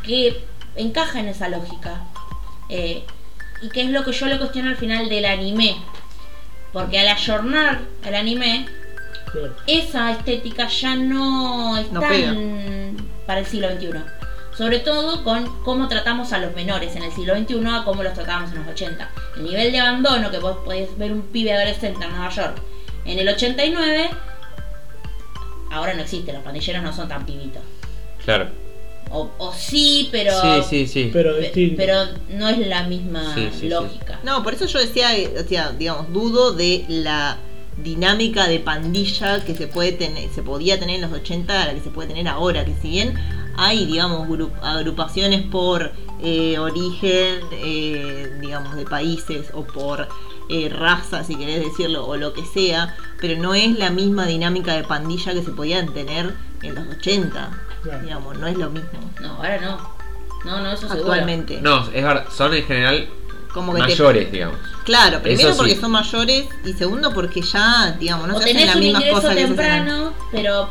D: que encaja en esa lógica. Eh, y que es lo que yo le cuestiono al final del anime. Porque al ayornar el anime,
C: Claro.
D: esa estética ya no es
B: No
D: tan para el siglo XXI. Sobre todo con cómo tratamos a los menores en el siglo XXI a cómo los tratábamos en los 80. El nivel de abandono que vos podés ver un pibe adolescente en Nueva York en el 89, ahora no existe, los pandilleros no son tan pibitos.
A: Claro.
D: O, o sí, pero,
A: sí, sí, sí.
C: Pero
D: pe-
C: distinto.
D: pero no es la misma
A: Sí, sí, sí.
D: lógica.
B: No, por eso yo decía, eh, o sea, digamos, dudo de la dinámica de pandilla que se puede tener, se podía tener en los 80 a la que se puede tener ahora, que si bien hay, digamos, gru- agrupaciones por eh, origen, eh, digamos, de países o por eh, raza, si querés decirlo, o lo que sea, pero no es la misma dinámica de pandilla que se podían tener en los 80,
C: Claro.
B: digamos, no es lo mismo
D: No, ahora no. No, no, eso seguro.
B: actualmente.
A: Ah, No, es verdad, son en general
B: Como que te-
A: mayores, digamos.
B: Claro, primero
A: Eso sí.
B: porque son mayores y segundo porque ya, digamos, no
D: o
B: se hacen
D: tenés
B: las
D: un
B: mismas
D: ingreso
B: cosas que se hacen antes.
D: temprano, pero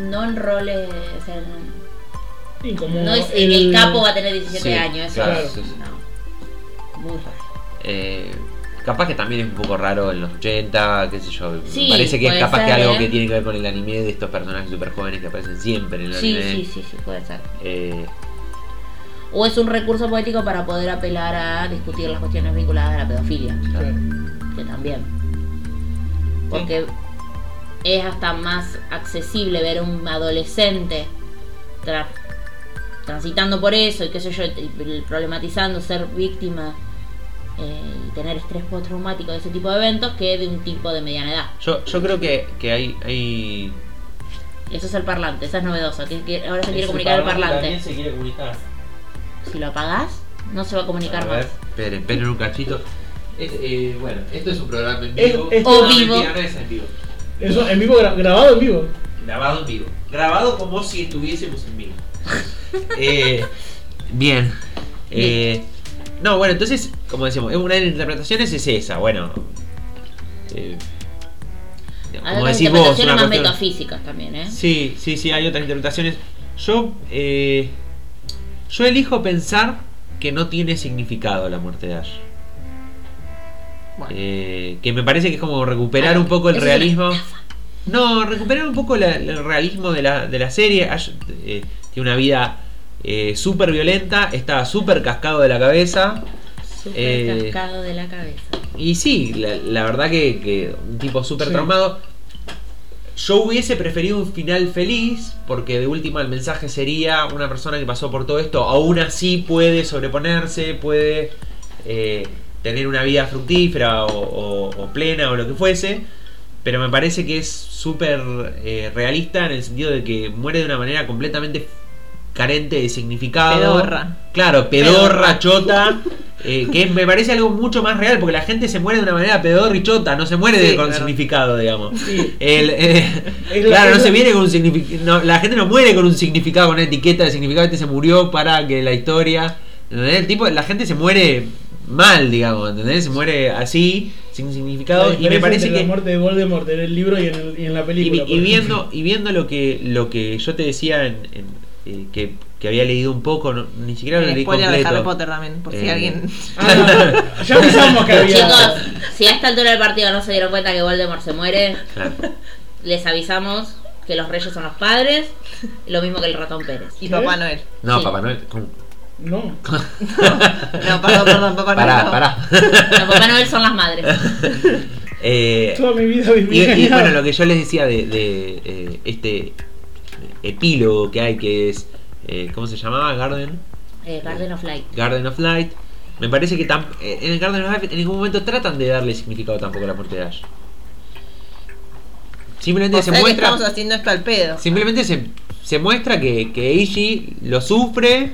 D: no en roles. o sea, no-
C: Y como
D: no es el, el capo va a tener 17
A: Sí,
D: años, eso
A: claro,
D: es-
A: sí, sí.
D: no, muy raro.
A: Eh, capaz que también es un poco raro en los 80, qué sé yo. me
D: Sí,
A: Parece que es
D: puede
A: capaz que
D: ser,
A: algo
D: ¿eh?
A: que tiene que ver con el anime de estos personajes super jóvenes que aparecen siempre en el
D: Sí,
A: anime.
D: sí, sí, sí, puede ser.
A: Eh,
D: O es un recurso poético para poder apelar a discutir las cuestiones vinculadas a la pedofilia,
A: claro.
D: que también. Porque es hasta más accesible ver a un adolescente tra- transitando por eso y qué sé yo, y- y problematizando ser víctima eh, y tener estrés postraumático de ese tipo de eventos que de un tipo de mediana edad.
A: Yo, yo creo que, que hay, hay
D: Eso es el parlante, esa es novedosa. que- que ahora se quiere comunicar al parlante.
E: se quiere comunicar.
D: Si lo apagás, no se va a comunicar
E: A ver.
D: más.
A: Esperen, esperen un cachito. Es, eh, bueno, esto es un programa en
C: Es-
A: vivo.
C: es-
A: No,
D: O
A: mentira,
D: vivo.
A: no es en vivo.
C: Eso en vivo, gra- grabado en vivo.
A: Grabado en vivo. Grabado como si estuviésemos en vivo. Eh, bien. Eh, no, bueno, entonces, como decíamos, es una de las interpretaciones es esa. Bueno. eh,
D: Hay otras
A: decís vos,
D: interpretaciones
A: una
D: más
A: cuestión-
D: metafísicas también, ¿eh?
A: Sí, sí, sí, hay otras interpretaciones. Yo, eh, yo elijo pensar que no tiene significado la muerte de Ash.
B: Bueno.
A: Eh, que me parece que es como recuperar un poco el
D: Eso es una
A: realismo. No, recuperar un poco la- el realismo de la, de la serie. Ash eh, tiene una vida eh, súper violenta, está súper cascado de la cabeza.
D: Súper
A: Eh,
D: cascado de la cabeza.
A: Y sí, la, la verdad que, que un tipo súper
C: Sí.
A: traumado. Yo hubiese preferido un final feliz, porque de última el mensaje sería una persona que pasó por todo esto, aún así puede sobreponerse, puede eh, tener una vida fructífera o, o- o plena o lo que fuese. Pero me parece que es súper eh, realista en el sentido de que muere de una manera completamente carente de significado.
B: Pedorra.
A: Claro, pedorra,
B: Pedorra.
A: chota. eh, que me parece algo mucho más real, porque la gente se muere de una manera pedorra y chota, no se muere de-
B: Sí,
A: con
B: claro.
A: significado, digamos.
C: Sí.
A: El, eh,
C: Es la-
A: claro,
C: es
A: no se
C: la-
A: viene con un significado. la gente no muere con un significado, con una etiqueta de significado. Este se murió para que la historia. ¿entendés? El tipo, la gente se muere mal, digamos, ¿entendés? Se muere así, sin significado.
C: La
A: Y me
C: diferencia
A: parece
C: entre
A: que.
C: La muerte de Voldemort en el libro y en, el- y en la
A: Y, vi-
C: película.
A: y
C: por
A: viendo, y viendo lo que lo que yo te decía en, en- eh, que, que había leído un poco, no- ni siquiera lo
B: El
A: leí
B: Eh, spoiler de Harry
A: completo.
B: Potter también, por si
A: Eh,
B: alguien.
C: ejemplo. Ah, ya avisamos que había.
D: Chicos, si a esta altura del partido no se dieron cuenta que Voldemort se muere,
A: Claro.
D: les avisamos que los reyes son los padres, lo mismo que el ratón Pérez.
B: Y
C: ¿Qué?
B: Papá Noel.
A: No,
D: Sí.
A: Papá Noel. ¿cómo?
C: No.
B: No, perdón, perdón, Papá Noel.
A: Pará,
B: no.
A: pará.
D: Los papá Noel son las madres.
A: Eh,
C: Toda mi vida viví.
A: Y, y,
C: engañado.
A: bueno, lo que yo les decía de, de, eh, este epílogo que hay, que es, eh, ¿cómo se llamaba? Garden.
D: Eh, Garden of Light.
A: Garden of Light. Me parece que tam- eh, en el Garden of Light en ningún momento tratan de darle significado tampoco a la muerte de Ash. Simplemente
B: O
A: se
B: sea que
A: muestra,
B: estamos haciendo esto al pedo.
A: simplemente se, se muestra que, que Eiji lo sufre,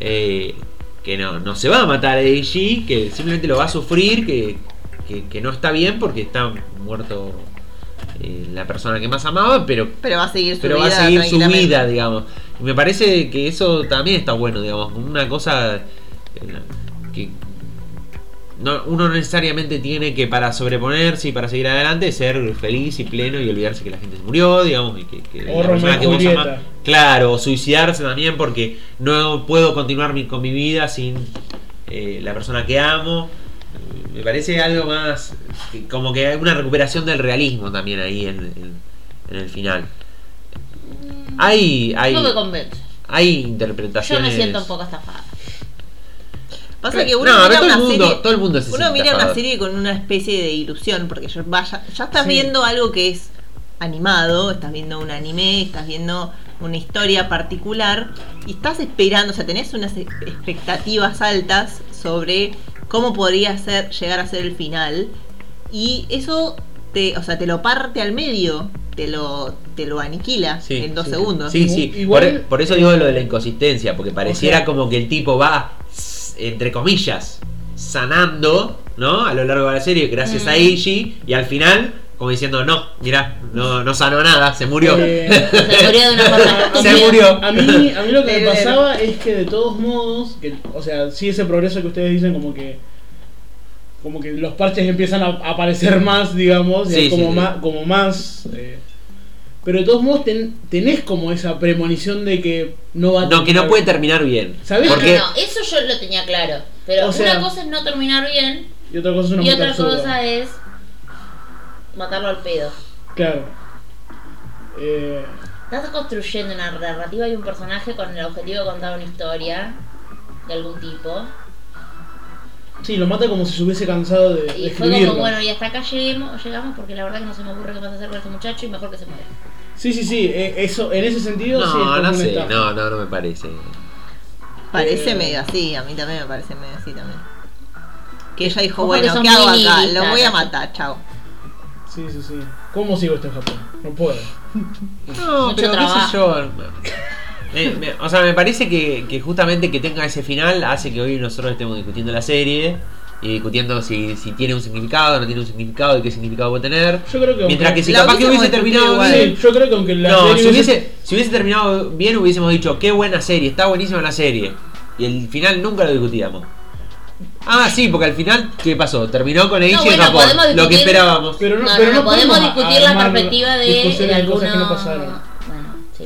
A: eh, que no, no se va a matar a Eiji, que simplemente lo va a sufrir, que, que, que no está bien porque está muerto eh, la persona que más amaba, pero,
B: Pero va a seguir su
A: pero
B: vida.
A: va a seguir su
B: tranquilamente.
A: vida, digamos. Y me parece que eso también está bueno, digamos, como una cosa eh, que no, uno no necesariamente tiene que para sobreponerse y para seguir adelante ser feliz y pleno y olvidarse que la gente se murió, digamos, y que, que
C: O
A: la
C: Romeo
A: persona
C: y
A: que vos
C: Julieta.
A: amás- claro, o suicidarse también porque no puedo continuar mi, con mi vida sin eh, la persona que amo. Me parece algo más, que- como que hay una recuperación del realismo también ahí en, en- en el final. Hay, hay,
D: Mm, No me convence.
A: hay
D: Yo
A: interpretaciones.
D: me siento un poco estafada.
B: Pasa que
A: No,
B: uno
A: pero
B: mira
A: todo el
B: una
A: mundo-
B: serie,
A: todo el mundo se
B: uno
A: siente
B: mira una
A: estafado.
B: serie con una especie de ilusión, porque ya, vaya, ya estás
C: Sí.
B: viendo algo que es animado, estás viendo un anime, estás viendo una historia particular y estás esperando, o sea, tenés unas e- expectativas altas sobre cómo podría ser llegar a ser el final y eso te, o sea, te lo parte al medio, te lo te lo aniquila
A: Sí,
B: en dos
A: sí.
B: segundos.
A: Sí, sí.
C: Igual-
A: por, por eso digo lo de la inconsistencia, porque pareciera
C: O sea-
A: como que el tipo va, s- entre comillas, sanando, ¿no? A lo largo de la serie, gracias
D: Mm.
A: a Eiji, y al final, como diciendo, no, mirá, no, no sanó nada, se murió.
C: Eh,
D: Se murió de una forma
A: se
D: estúpida.
A: murió.
C: A mí, a mí lo que me
B: Pero-
C: pasaba es que de todos modos, que, o sea, sí ese progreso que ustedes dicen como que como que los parches empiezan a aparecer más, digamos, y
A: Sí,
C: hay como,
A: sí, sí.
C: Más, como más... eh, pero de todos modos ten- tenés como esa premonición de que no va a
A: No, que no
C: terminar.
A: puede terminar bien.
C: ¿Sabés
A: ¿Por
D: No,
A: qué?
D: no, eso yo lo tenía claro. Pero
C: O sea-
D: una cosa es no terminar bien
C: Y otra cosa es una
D: y
C: muerte
D: otra
C: absurda.
D: cosa es matarlo al pedo.
C: Claro. Eh,
D: Estás construyendo una narrativa y un personaje con el objetivo de contar una historia de algún tipo.
C: sí, lo mata como si se hubiese cansado de, de
D: Y fue
C: escribirlo.
D: como, bueno, y hasta acá lleguemos, llegamos porque la verdad que no se me ocurre qué vas a hacer con este muchacho y mejor que se muera.
C: Sí, sí, sí. eh, eso, en ese sentido, sí. es
A: No,
C: como
A: no
C: una
A: sé,
C: estafa.
A: no, no, no me parece.
B: Parece
C: Eh,
B: medio así, a mí también me parece medio así también. Que ella dijo,
D: Ojo que
B: bueno,
D: son
B: ¿qué hago
D: muy
B: acá? Lo
D: nihilistas,
B: voy a
D: ¿no?
B: matar, chao.
C: Sí, sí, sí. ¿Cómo sigo esto en Japón? No puedo.
A: No, pero
D: Mucho
A: qué sé
D: trabajo.
A: yo. Me- me- o sea, me parece que, que justamente que tenga ese final hace que hoy nosotros estemos discutiendo la serie y discutiendo si, si tiene un significado, no tiene un significado y qué significado puede tener.
C: Yo creo que
A: Mientras
C: aunque-
A: que si
B: La
A: capaz que
B: hubiésemos
A: hubiese terminado
B: discutido
A: bien.
C: Sí, yo creo que aunque la
A: No,
C: serie
A: si hubiese, si hubiese terminado bien hubiésemos dicho, qué buena serie, está buenísima la serie. Y el final nunca lo discutíamos. Ah, sí, porque al final, ¿qué pasó? Terminó con Eiichi en
D: bueno,
A: Japón,
D: podemos
A: lo que
D: discutir-
A: esperábamos.
C: Pero no,
D: no,
C: pero
D: no, no podemos
C: podemos
D: discutir la
C: armar
D: perspectiva de, de,
C: discusiones
D: algunos.
C: cosas que no pasaron.
D: Bueno, sí.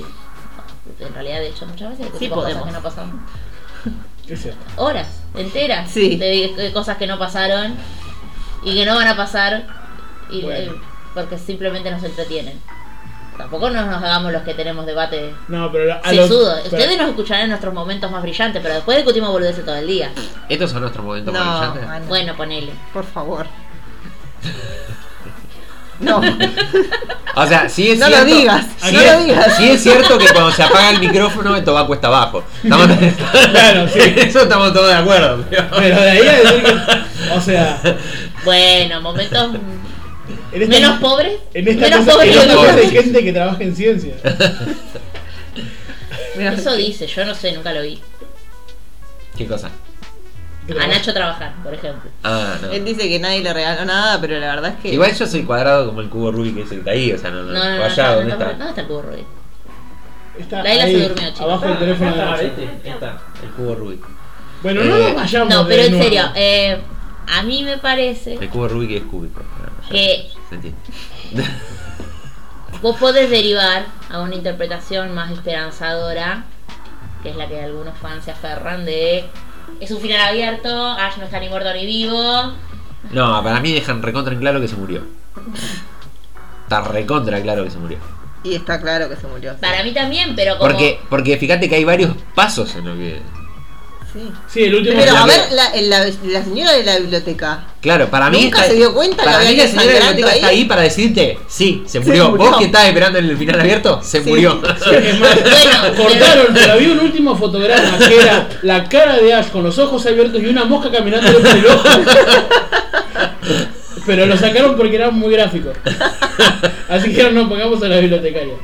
D: En realidad, de hecho, muchas veces
B: Sí,
D: discutimos
B: podemos.
D: cosas que no pasaron.
C: Es cierto.
D: horas enteras
B: Sí.
D: de, de cosas que no pasaron y que no van a pasar y-
C: Bueno.
D: eh, porque simplemente nos entretienen. Tampoco no nos hagamos los que tenemos debate
C: No, pero a lo-
D: sesudo.
C: pero-
D: Ustedes nos escucharán en nuestros momentos más brillantes, pero después discutimos boludeces todo el día.
A: Estos son nuestros momentos
B: No,
A: maravillantes.
B: Ana,
D: Bueno, ponele.
B: por favor. No, no
A: O sea, sí es
B: lo
A: cierto.
B: digas,
A: Sí
B: no
A: es,
B: lo digas.
A: sí es cierto que cuando se apaga el micrófono esto va cuesta abajo. Estamos,
C: Claro, sí.
A: Eso estamos todos de acuerdo. pero-
C: Pero de ahí a decir que. O sea.
D: Bueno, momentos
C: En esta,
D: menos pobres.
C: En esta
D: menos
C: casa,
D: pobres
C: en
D: que
C: esta
A: los
D: otros.
C: casa hay
A: pobres.
C: gente que trabaja en ciencia.
B: Mira,
D: Eso dice, yo no sé, nunca lo vi.
A: ¿Qué cosa?
D: A Nacho trabajar, por ejemplo.
A: Ah, no.
B: Él dice que nadie le regaló nada, pero la verdad es que.
A: Igual yo soy cuadrado como el cubo Rubik que se está ahí, o sea, no, no,
D: No, no, no.
A: allá,
D: no,
A: ¿dónde
D: no,
A: está?
D: no, ¿Dónde está el cubo Rubik?
C: Está
D: Laila se
C: ahí,
D: durmió, chicos.
C: Abajo del teléfono de Nacho.
A: está, el cubo Rubik.
C: Bueno,
A: Eh,
C: no nos vayamos.
D: No,
C: de
D: pero en
C: nuevo.
D: serio, eh, a mí me parece
A: El cubo Rubik es cúbico. Ah, ya,
D: Que-
A: Se entiende.
D: Vos podés derivar a una interpretación más esperanzadora, que es la que algunos fans se aferran de es un final abierto, Ash no está ni muerto ni vivo.
A: No, para mí dejan recontra en claro que se murió. Está recontra claro que se murió.
B: Y está claro que se murió. sí.
D: Para mí también, pero como
A: Porque, porque fíjate que hay varios pasos en lo que.
B: Sí.
C: Sí, el último.
B: Pero
A: la
B: a
A: vida.
B: ver, la, la- la señora de la biblioteca.
A: Claro, para mí.
B: Nunca se dio cuenta que
A: para
B: había
A: mí la
B: alguien
A: señora de la
B: sangrando
A: biblioteca está
B: ahí.
A: ahí para decirte: Sí, se murió.
B: murió.
A: Vos que estabas esperando en el final abierto, se
B: Sí.
A: murió.
C: Es más,
D: Bueno,
C: cortaron, pero había un último fotograma que era la cara de Ash con los ojos abiertos y una mosca caminando por el ojo. Pero lo sacaron porque era muy gráfico. Así que dijeron, no pongamos a la bibliotecaria.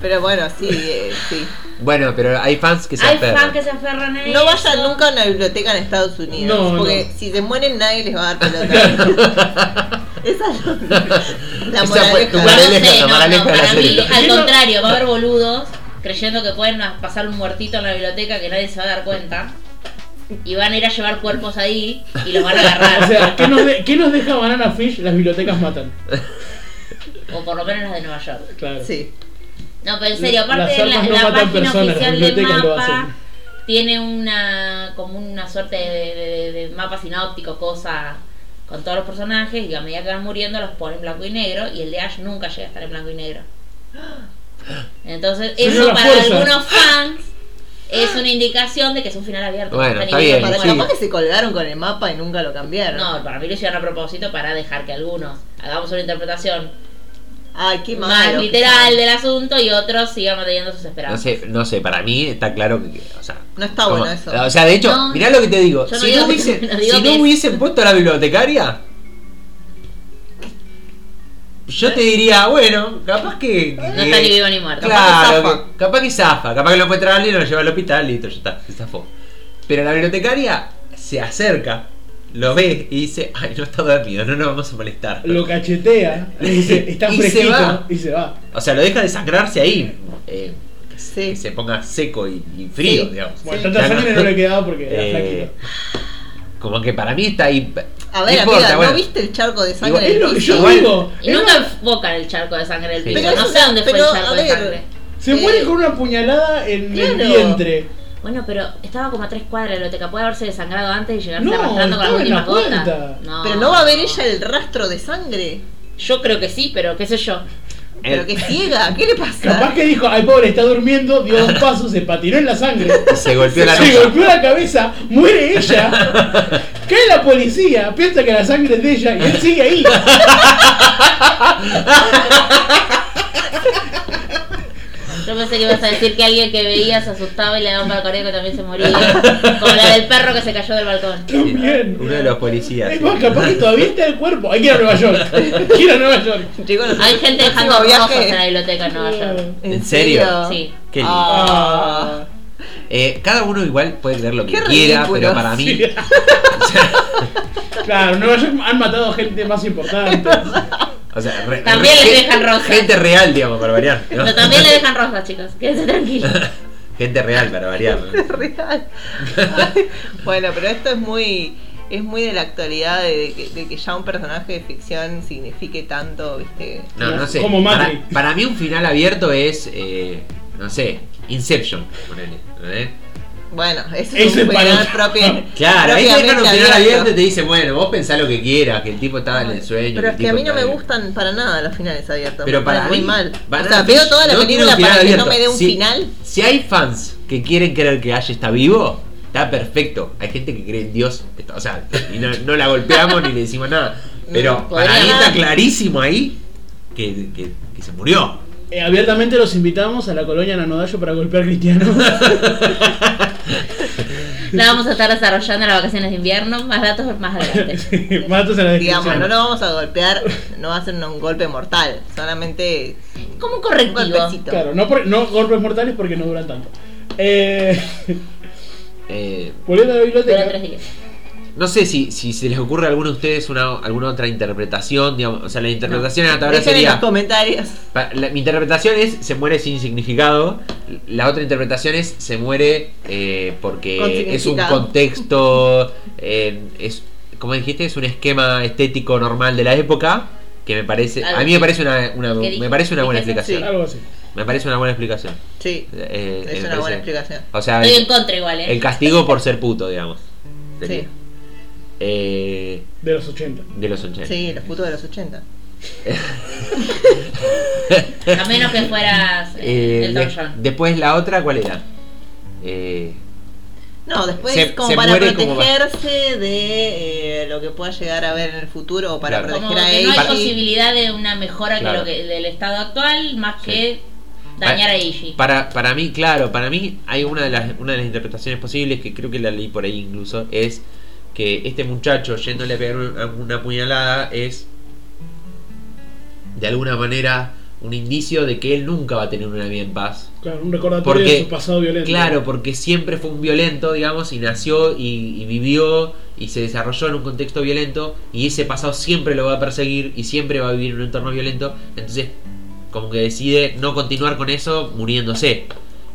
B: Pero bueno, sí, eh, sí.
A: bueno, pero hay fans que se
D: hay
A: aferran.
D: fans que se aferran a
B: No
D: eso.
B: vayan nunca a una biblioteca en Estados Unidos.
C: No,
B: porque
C: no.
B: si se mueren, nadie les va a dar pelota. Esa es la
A: Esa fue tu
B: moraleja.
D: No
A: moraleja.
D: sé, no,
A: moraleja
D: no,
A: de la
D: para mí,
A: serie.
D: al
C: Eso-
D: contrario, va a haber boludos creyendo que pueden pasar un muertito en la biblioteca que nadie se va a dar cuenta. Y van a ir a llevar cuerpos ahí y los van a agarrar.
C: O sea, ¿qué nos, de- qué nos deja Banana Fish? Las bibliotecas matan.
D: O por lo menos las de Nueva York.
C: Claro.
B: Sí.
D: No, pero en serio,
C: Las
D: aparte la,
C: armas no
D: la
C: matan
D: página
C: personas, las
D: oficial de
C: bibliotecas lo
D: mapa
C: hacen.
D: tiene una como una suerte de, de- de- de mapa sinóptico, cosa con todos los personajes y a medida que van muriendo los ponen en blanco y negro y el de Ash nunca llega a estar en blanco y negro. Entonces,
C: Señor
D: eso
C: La
D: para
C: Fuerza.
D: algunos fans es una indicación de que es un final abierto.
A: Bueno,
D: no
A: está
D: ni
A: bien,
D: viendo
B: Para
D: cómo
A: sí.
D: acaba.
B: capaz que se colgaron con el mapa y nunca lo cambiaron.
D: No, para mí lo hicieron a propósito para dejar que algunos hagamos una interpretación
B: Ay, qué malo.
D: más
B: que
D: literal
B: son.
D: del asunto y otros sigan manteniendo sus
A: No
D: esperanzas.
A: sé, no sé, para mí está claro que. O sea,
B: No está
A: como-
B: bueno eso.
A: O sea, de hecho,
D: No,
A: mirá lo que te digo.
D: yo no
A: Si
D: digo
A: no,
D: que-
A: hubiese-
D: no digo
A: si
D: que
A: no
D: es.
A: hubiesen puesto a la bibliotecaria, yo te diría, bueno, capaz que.
D: No está ni vivo ni muerto.
A: Claro,
B: Capaz que zafa.
A: que- capaz que zafa, capaz que lo encuentra alguien y lo lleva al hospital, listo, ya está, se zafó. Pero la bibliotecaria se acerca, lo ve y dice, ay, no está dormido, no nos vamos a molestar.
C: Lo cachetea, le dice, está
A: Y se
C: fresquito,
A: va.
C: y se va.
A: O sea, lo deja desangrarse ahí, eh,
B: Sí.
A: que se ponga seco y, y frío,
B: Sí.
A: digamos.
C: Bueno,
B: Sí.
C: tanta
A: Ya no.
C: sangre no le quedaba porque era
A: Eh,
C: flaquito.
A: Como que para mí está ahí.
B: A ver,
A: no
B: amiga,
A: importa, bueno.
B: ¿no viste el charco de
A: Igual-
B: sangre
C: Es
B: en
C: lo
B: el
C: que
B: piso?
C: yo
A: Igual-
C: digo.
D: Y nunca enfocan el charco de sangre del
A: Sí.
D: piso.
A: Pero
D: No
B: eso-
D: sé dónde fue el
B: pero,
D: charco
B: a
D: de
B: ver.
D: sangre.
C: Se muere
B: Eh,
C: con una puñalada en el
D: claro.
C: vientre.
D: Bueno, pero estaba como a tres cuadras de la biblioteca. Puede haberse desangrado antes y llegarse
C: No,
D: arrastrando con las
C: estaba en la
D: últimas gotas.
C: puerta.
B: Pero no va a ver ella el rastro de sangre.
D: Yo creo que sí, pero qué sé yo.
A: eh,
B: Pero que ciega, ¿qué le pasa?
C: Capaz que dijo, ay pobre, está durmiendo, dio dos pasos, se patinó en la sangre.
A: Se golpeó la
C: Se
A: nuca.
C: golpeó la cabeza, muere ella, cae la policía, piensa que la sangre es de ella y él sigue ahí.
D: Yo pensé que ibas a decir que alguien que veía se asustaba y le daba un balconeo que también se moría. Como la del perro que se cayó del balcón.
C: También.
A: Uno de los policías.
C: Es
A: sí.
C: más, capaz que todavía está el cuerpo. Hay que ir a Nueva York. Hay que ir a Nueva York.
B: Llegó el
D: Hay gente
B: próximo
D: dejando
B: viaje.
D: rosas en la biblioteca en Nueva York.
A: ¿En serio?
D: Sí.
A: Qué lindo.
B: Ah.
A: Eh, cada uno igual puede creer lo que
B: Qué
A: quiera,
B: ridículo.
A: pero para mí.
C: Sí. Claro, en Nueva York han matado gente más importante.
A: O sea, re-
D: También
A: re-
D: les
A: gente-
D: dejan rosas.
A: Gente real, digamos, para variar. ¿no?
D: Pero también le dejan rosas, chicos. Quédense tranquilos.
A: Gente real, para variar. ¿no?
B: real. bueno, pero esto es muy es muy de la actualidad de que, de que ya un personaje de ficción signifique tanto, ¿viste?
A: No, no sé.
C: Como
A: para,
C: Matrix.
A: para mí, un final abierto es. eh, no sé, Inception. ponele, ¿eh? ¿entendés?
B: Bueno, eso es
C: Ese
B: un
C: para-
B: final propio.
A: Claro, ahí te
B: propiamente
A: dejan un final
B: abierto.
A: abierto y te dicen, bueno, vos pensás lo que quieras, que el tipo estaba en el sueño.
B: Pero es
A: el
B: que a
A: tipo
B: mí no me
A: estaba en-
B: gustan para nada los finales abiertos.
A: Pero
B: me
A: para
B: ponen
A: mí,
B: muy mal. O
A: Banana
B: sea,
A: Fish
B: veo toda la
A: no tiene un
B: película
A: final
B: para que no
A: abierto.
B: me dé un
A: Si-
B: final.
A: Si hay fans que quieren creer que Ash está vivo, está perfecto. Hay gente que cree en Dios, está- o sea, y no, no la golpeamos ni le decimos nada. Pero
D: Mm,
A: para mí
D: podría.
A: está clarísimo ahí que, que- que se murió.
C: Eh, abiertamente los invitamos a la colonia Nanodayo para golpear cristianos.
D: La vamos a estar desarrollando en las vacaciones de invierno. Más datos más adelante.
C: Matos en la
B: Digamos,
C: descripción.
B: no lo vamos a golpear, no va a ser un golpe mortal, solamente
D: Como un
B: un
D: correctivo.
B: golpecito.
C: Claro, no, por- no golpes mortales porque no duran tanto. Eh,
A: Eh,
C: volviendo a la
D: Dura
C: biblioteca.
D: tres días.
A: no sé si, si se les ocurre a alguno de ustedes una, alguna otra interpretación. digamos, o sea, la interpretación hasta ahora
B: Dejen en los
A: sería.
B: comentarios.
A: pa- la- mi interpretación es se muere sin significado. La otra interpretación es se muere eh,
B: Con
A: porque es un
B: significado.
A: contexto, eh, es como dijiste, es un esquema estético normal de la época que me parece,
D: Algo
A: a mí me
D: así.
A: parece una, una-
D: ¿Qué dije?
A: me parece una buena
D: ¿Dije eso?
A: explicación.
C: Algo así.
A: Me parece una buena explicación.
B: Sí,
A: Eh, eh,
B: es
A: me
B: una buena
A: parece-
B: explicación.
A: O sea,
D: Estoy en
A: el,
D: contra igual,
A: el
D: ¿eh?
A: castigo por ser puto, digamos. sería.
B: Sí,
A: Eh,
C: De los 80.
A: de los 80.
B: sí, los putos de los 80.
D: A menos que fueras
A: Eh,
D: eh, el
A: de-
D: Don John.
A: después la otra, ¿cuál era? Eh,
B: No, después
A: Se-
B: como
A: se
B: para
A: muere como va.
B: protegerse de eh, lo que pueda llegar a ver en el futuro o para
A: Claro.
D: Como
B: proteger
D: que
B: a
D: no hay
A: Para-
B: Eiji.
D: posibilidad de una mejora
A: Claro.
D: que lo que, del estado actual más que dañar a Eiji.
A: Para, para mí, claro, para mí hay una de las, una de las interpretaciones posibles que creo que la leí por ahí incluso, es que este muchacho yéndole a pegar un- a una puñalada es de alguna manera un indicio de que él nunca va a tener una vida en paz.
C: Claro, un recordatorio
A: Porque-
C: de su pasado violento.
A: Claro, porque siempre fue un violento, digamos, y nació y, y vivió y se desarrolló en un contexto violento y ese pasado siempre lo va a perseguir y siempre va a vivir en un entorno violento. Entonces, como que decide no continuar con eso muriéndose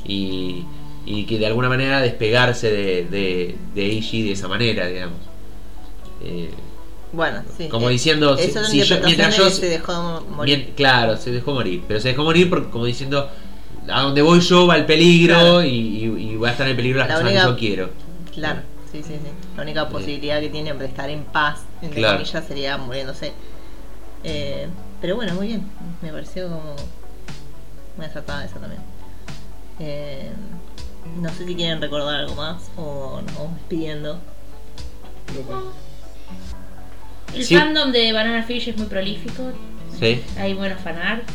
A: y, y que de alguna manera despegarse de, de, de Eiji de esa manera, digamos. Eh,
B: Bueno, sí.
A: Como
B: eh,
A: diciendo, si-
B: es una
A: si yo-
B: interpretación
A: mientras yo-
B: de se dejó morir.
A: bien, claro, se dejó morir, pero se dejó morir porque, como diciendo, a donde voy yo va el peligro
B: Claro.
A: y, y- y voy a estar en el peligro de las
B: La
A: personas
B: única-
A: que yo quiero.
B: Claro, sí, sí, sí. La única
A: Sí.
B: posibilidad que tiene de estar en paz, entre
A: Claro.
B: comillas, sería muriéndose. Eh, pero bueno, muy bien. Me pareció como muy acertada esa también. Eh, no sé si quieren recordar algo más o nos vamos despidiendo.
D: El
A: Sí.
D: fandom de Banana Fish es muy prolífico.
A: Sí.
D: Hay buenos fanarts.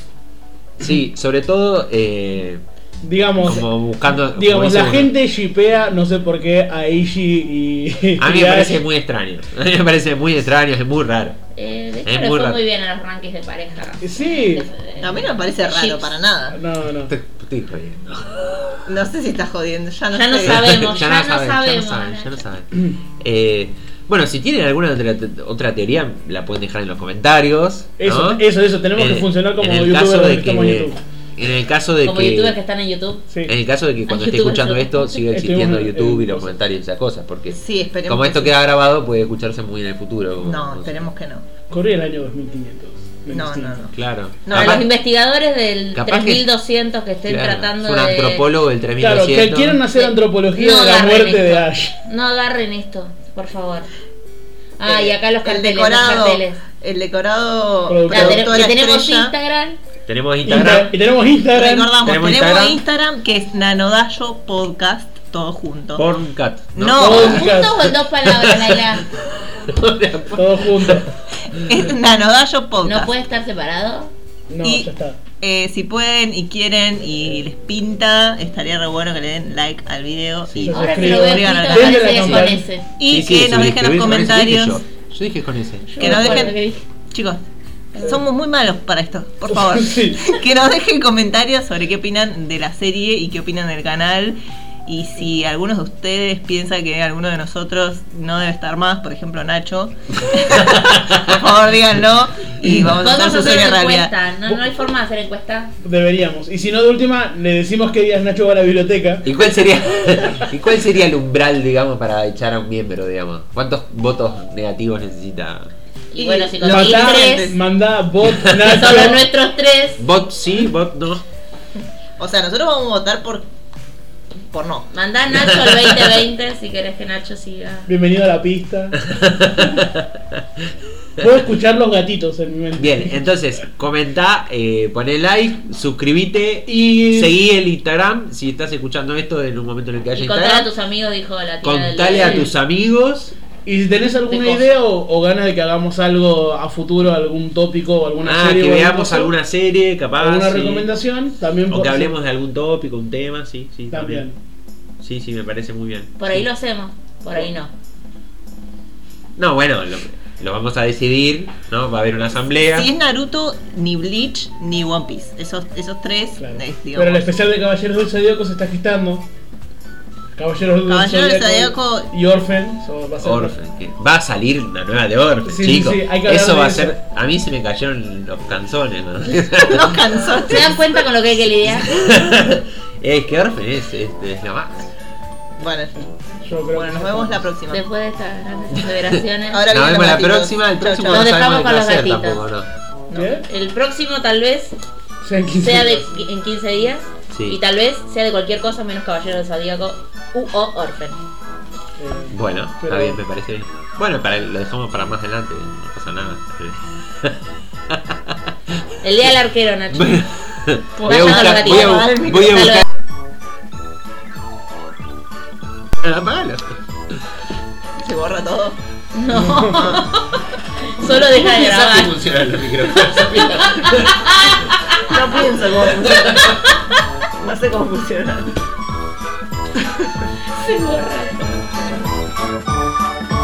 A: Sí, sobre todo eh,
C: Digamos,
A: como buscando. como
C: digamos
A: dice
C: la
A: uno.
C: gente shipea, no sé por qué, a Eiji y.
A: A mí
C: y
A: me parece
C: Ash.
A: muy extraño. A mí me parece muy extraño, es muy raro.
D: Eh, de hecho,
A: Es
D: le
A: muy
D: fue
A: raro.
D: muy bien a los rankings de pareja.
C: Sí.
D: Eh,
B: A mí no me parece raro
D: Ships.
B: para nada.
C: No, no.
A: Te estoy jodiendo.
B: No sé si estás jodiendo. Ya no,
D: Ya no
B: sé.
D: sabe. Sabemos,
A: ya,
D: ya
A: no
D: no
A: saben,
D: sabemos.
A: ya no saben, ya no saben. Eh, bueno, si tienen alguna otra, otra teoría, la pueden dejar en los comentarios. ¿no?
C: Eso, eso, eso. Tenemos
A: En-
C: que funcionar como
A: en el
C: youtubers
A: caso
C: que
A: de
C: estamos en
A: que,
C: YouTube.
A: en el caso de
D: Como youtubers que están en YouTube.
C: Sí.
A: en el caso de que cuando esté
D: youtubers
A: escuchando
D: que-
A: esto siga
C: Estuvimos
A: existiendo
C: en- en
A: YouTube y los
C: cosas.
A: comentarios y esas cosas, porque
B: Sí, esperemos.
A: como
B: que
A: esto
B: sí.
A: queda grabado puede escucharse muy en el futuro. como-
B: No, esperemos que no.
C: Corría el año 2500.
B: No, no, no.
A: Claro.
B: No,
D: Para
A: Capaz-
D: los investigadores del
A: capaz que-
D: 3200 que estén
A: Claro,
D: tratando
A: es un
D: de.
A: antropólogo del 3200.
C: Claro, que quieran hacer
D: Sí.
C: antropología
D: No
C: de la
D: agarren
C: muerte
D: esto.
C: de Ash.
D: No agarren esto, por favor. Ah, y
B: Eh,
D: acá los carteles.
B: El
D: los
B: decorado.
D: carteles.
B: El decorado.
C: Productora.
D: La tene-
B: productora
D: que tenemos
B: estrella.
D: Instagram.
A: Tenemos
C: Insta-
A: Instagram.
C: y tenemos Instagram.
B: Recordamos,
A: Tenemos
B: tenemos,
A: Instagram.
B: Instagram. que es Nanodayo Podcast, todo junto.
A: Porncat.
B: No.
D: ¿Todos
C: Podcast.
D: juntos o en dos palabras, Laila?
C: Todos juntos.
B: Es Nanodayo Podcast.
D: ¿No puede estar separado?
C: No,
B: Y-
C: ya está.
B: Eh, si pueden y quieren y les pinta, estaría re bueno que le den like al video.
A: Sí.
B: y-
C: Yo
D: Ahora que
C: suscribo.
D: lo veo
B: Suscriban a
D: escrito,
B: la
C: Denle la
D: aparece con
C: campanita.
D: ese.
B: Y
A: Sí, sí,
B: que nos
A: sí, lo
B: dejen los
A: dije con ese, dije
B: comentarios.
A: yo. Yo dije con ese.
D: Yo
B: Que
D: me
B: nos
D: acuerdo
B: dejen-
D: que dije.
B: Chicos, somos muy malos para esto, por favor.
C: Eh. Sí.
B: Que nos dejen comentarios sobre qué opinan de la serie y qué opinan del canal. Y si algunos de ustedes piensan que alguno de nosotros no debe estar más, por ejemplo Nacho, por favor díganlo y vamos a hacer
D: Podemos
B: su
D: hacer
B: serie
D: una
B: realidad.
D: encuesta. No, no hay forma de hacer encuesta.
C: Deberíamos. Y si no, de última, le decimos que días Nacho va a la biblioteca.
A: ¿Y cuál sería y cuál sería el umbral, digamos, para echar a un miembro, digamos? ¿Cuántos votos negativos necesita?
D: Y,
B: Y
D: bueno, si
B: los
D: conseguís
C: Mandá,
D: tres,
C: mandá bot
D: que son los
C: Nacho.
D: nuestros tres.
A: ¿Bot sí? ¿Bot no?
B: O sea, nosotros vamos a votar por, por no.
D: Mandá a Nacho al 2020 si querés que Nacho siga.
C: Bienvenido a la pista. Puedo escuchar los gatitos en mi mente.
A: Bien, entonces, comentá, eh, poné like, suscribite,
C: Y
A: seguí el Instagram si estás escuchando esto en un momento en el que haya
D: Y contale a
A: Instagram.
D: tus amigos, dijo la tía
A: Contale a
D: del...
A: tus amigos.
C: Y si tenés alguna
D: De
C: idea o, o ganas de que hagamos algo a futuro, algún tópico o alguna
A: Ah,
C: serie.
A: que
C: o alguna
A: veamos
C: cosa,
A: alguna serie, capaz.
C: alguna
A: sí.
C: recomendación, también
A: O
C: por-
A: que hablemos de algún tópico, un tema, sí, sí.
C: También.
A: Sí, sí, me parece muy bien.
D: Por ahí lo hacemos, por ahí no.
A: No, bueno, lo, lo vamos a decidir, ¿no? Va a haber una asamblea.
B: Si es Naruto, ni Bleach, ni One Piece. Esos, esos tres,
C: Claro.
B: eh, digamos.
C: Pero el especial de Caballeros del Zodíaco se está gestando. Caballeros del
B: Caballeros del
C: Zodíaco
B: Zodíaco.
C: y Orphan. so, va a ser-
A: Orphan, que va a salir la nueva de Orphan,
C: Sí, sí,
A: chicos.
C: sí, hay que hablar
A: eso
C: de
A: va a
C: eso.
A: ser. A mí se me cayeron los canzones, ¿no?
B: Los canzones.
D: ¿Se dan cuenta con lo que hay que lidiar?
A: es que Orphan es, es, es lo más.
B: Bueno,
C: Yo creo
B: bueno,
C: que
B: nos
C: sí.
B: vemos la próxima.
D: Después de estas grandes aseveraciones.
A: Nos
B: Ahora
A: vemos
B: vienen los
A: la
B: gatitos.
A: próxima. El
B: Chau,
A: próximo
B: chau.
A: no
D: Los
A: sabemos
D: dejamos
A: de qué
D: con los
A: hacer tampoco,
D: gatitos.
A: ¿no?
C: ¿Qué?
D: El próximo tal vez
C: Sean 15
D: sea de
C: minutos.
D: en 15 días.
A: Sí.
D: Y tal vez sea de cualquier cosa menos Caballero del Zodíaco u o Orfen.
C: Eh,
A: Bueno,
C: Pero-
A: está bien, me parece bien. Bueno, para, lo dejamos para más adelante, no pasa nada.
D: El día del arquero, Nacho.
A: Bueno, voy a
D: Pues Vayan a los
A: buscar. Voy a,
B: gatitos.
A: bu- voy a
D: Hasta
A: buscar.
D: luego.
A: Apágalo.
B: Se borra todo.
D: No. Solo deja de
A: Pensá
D: grabar.
A: que funcionan los micrófonos.
B: No pienso cómo funciona. No sé cómo funciona.
D: Se borra.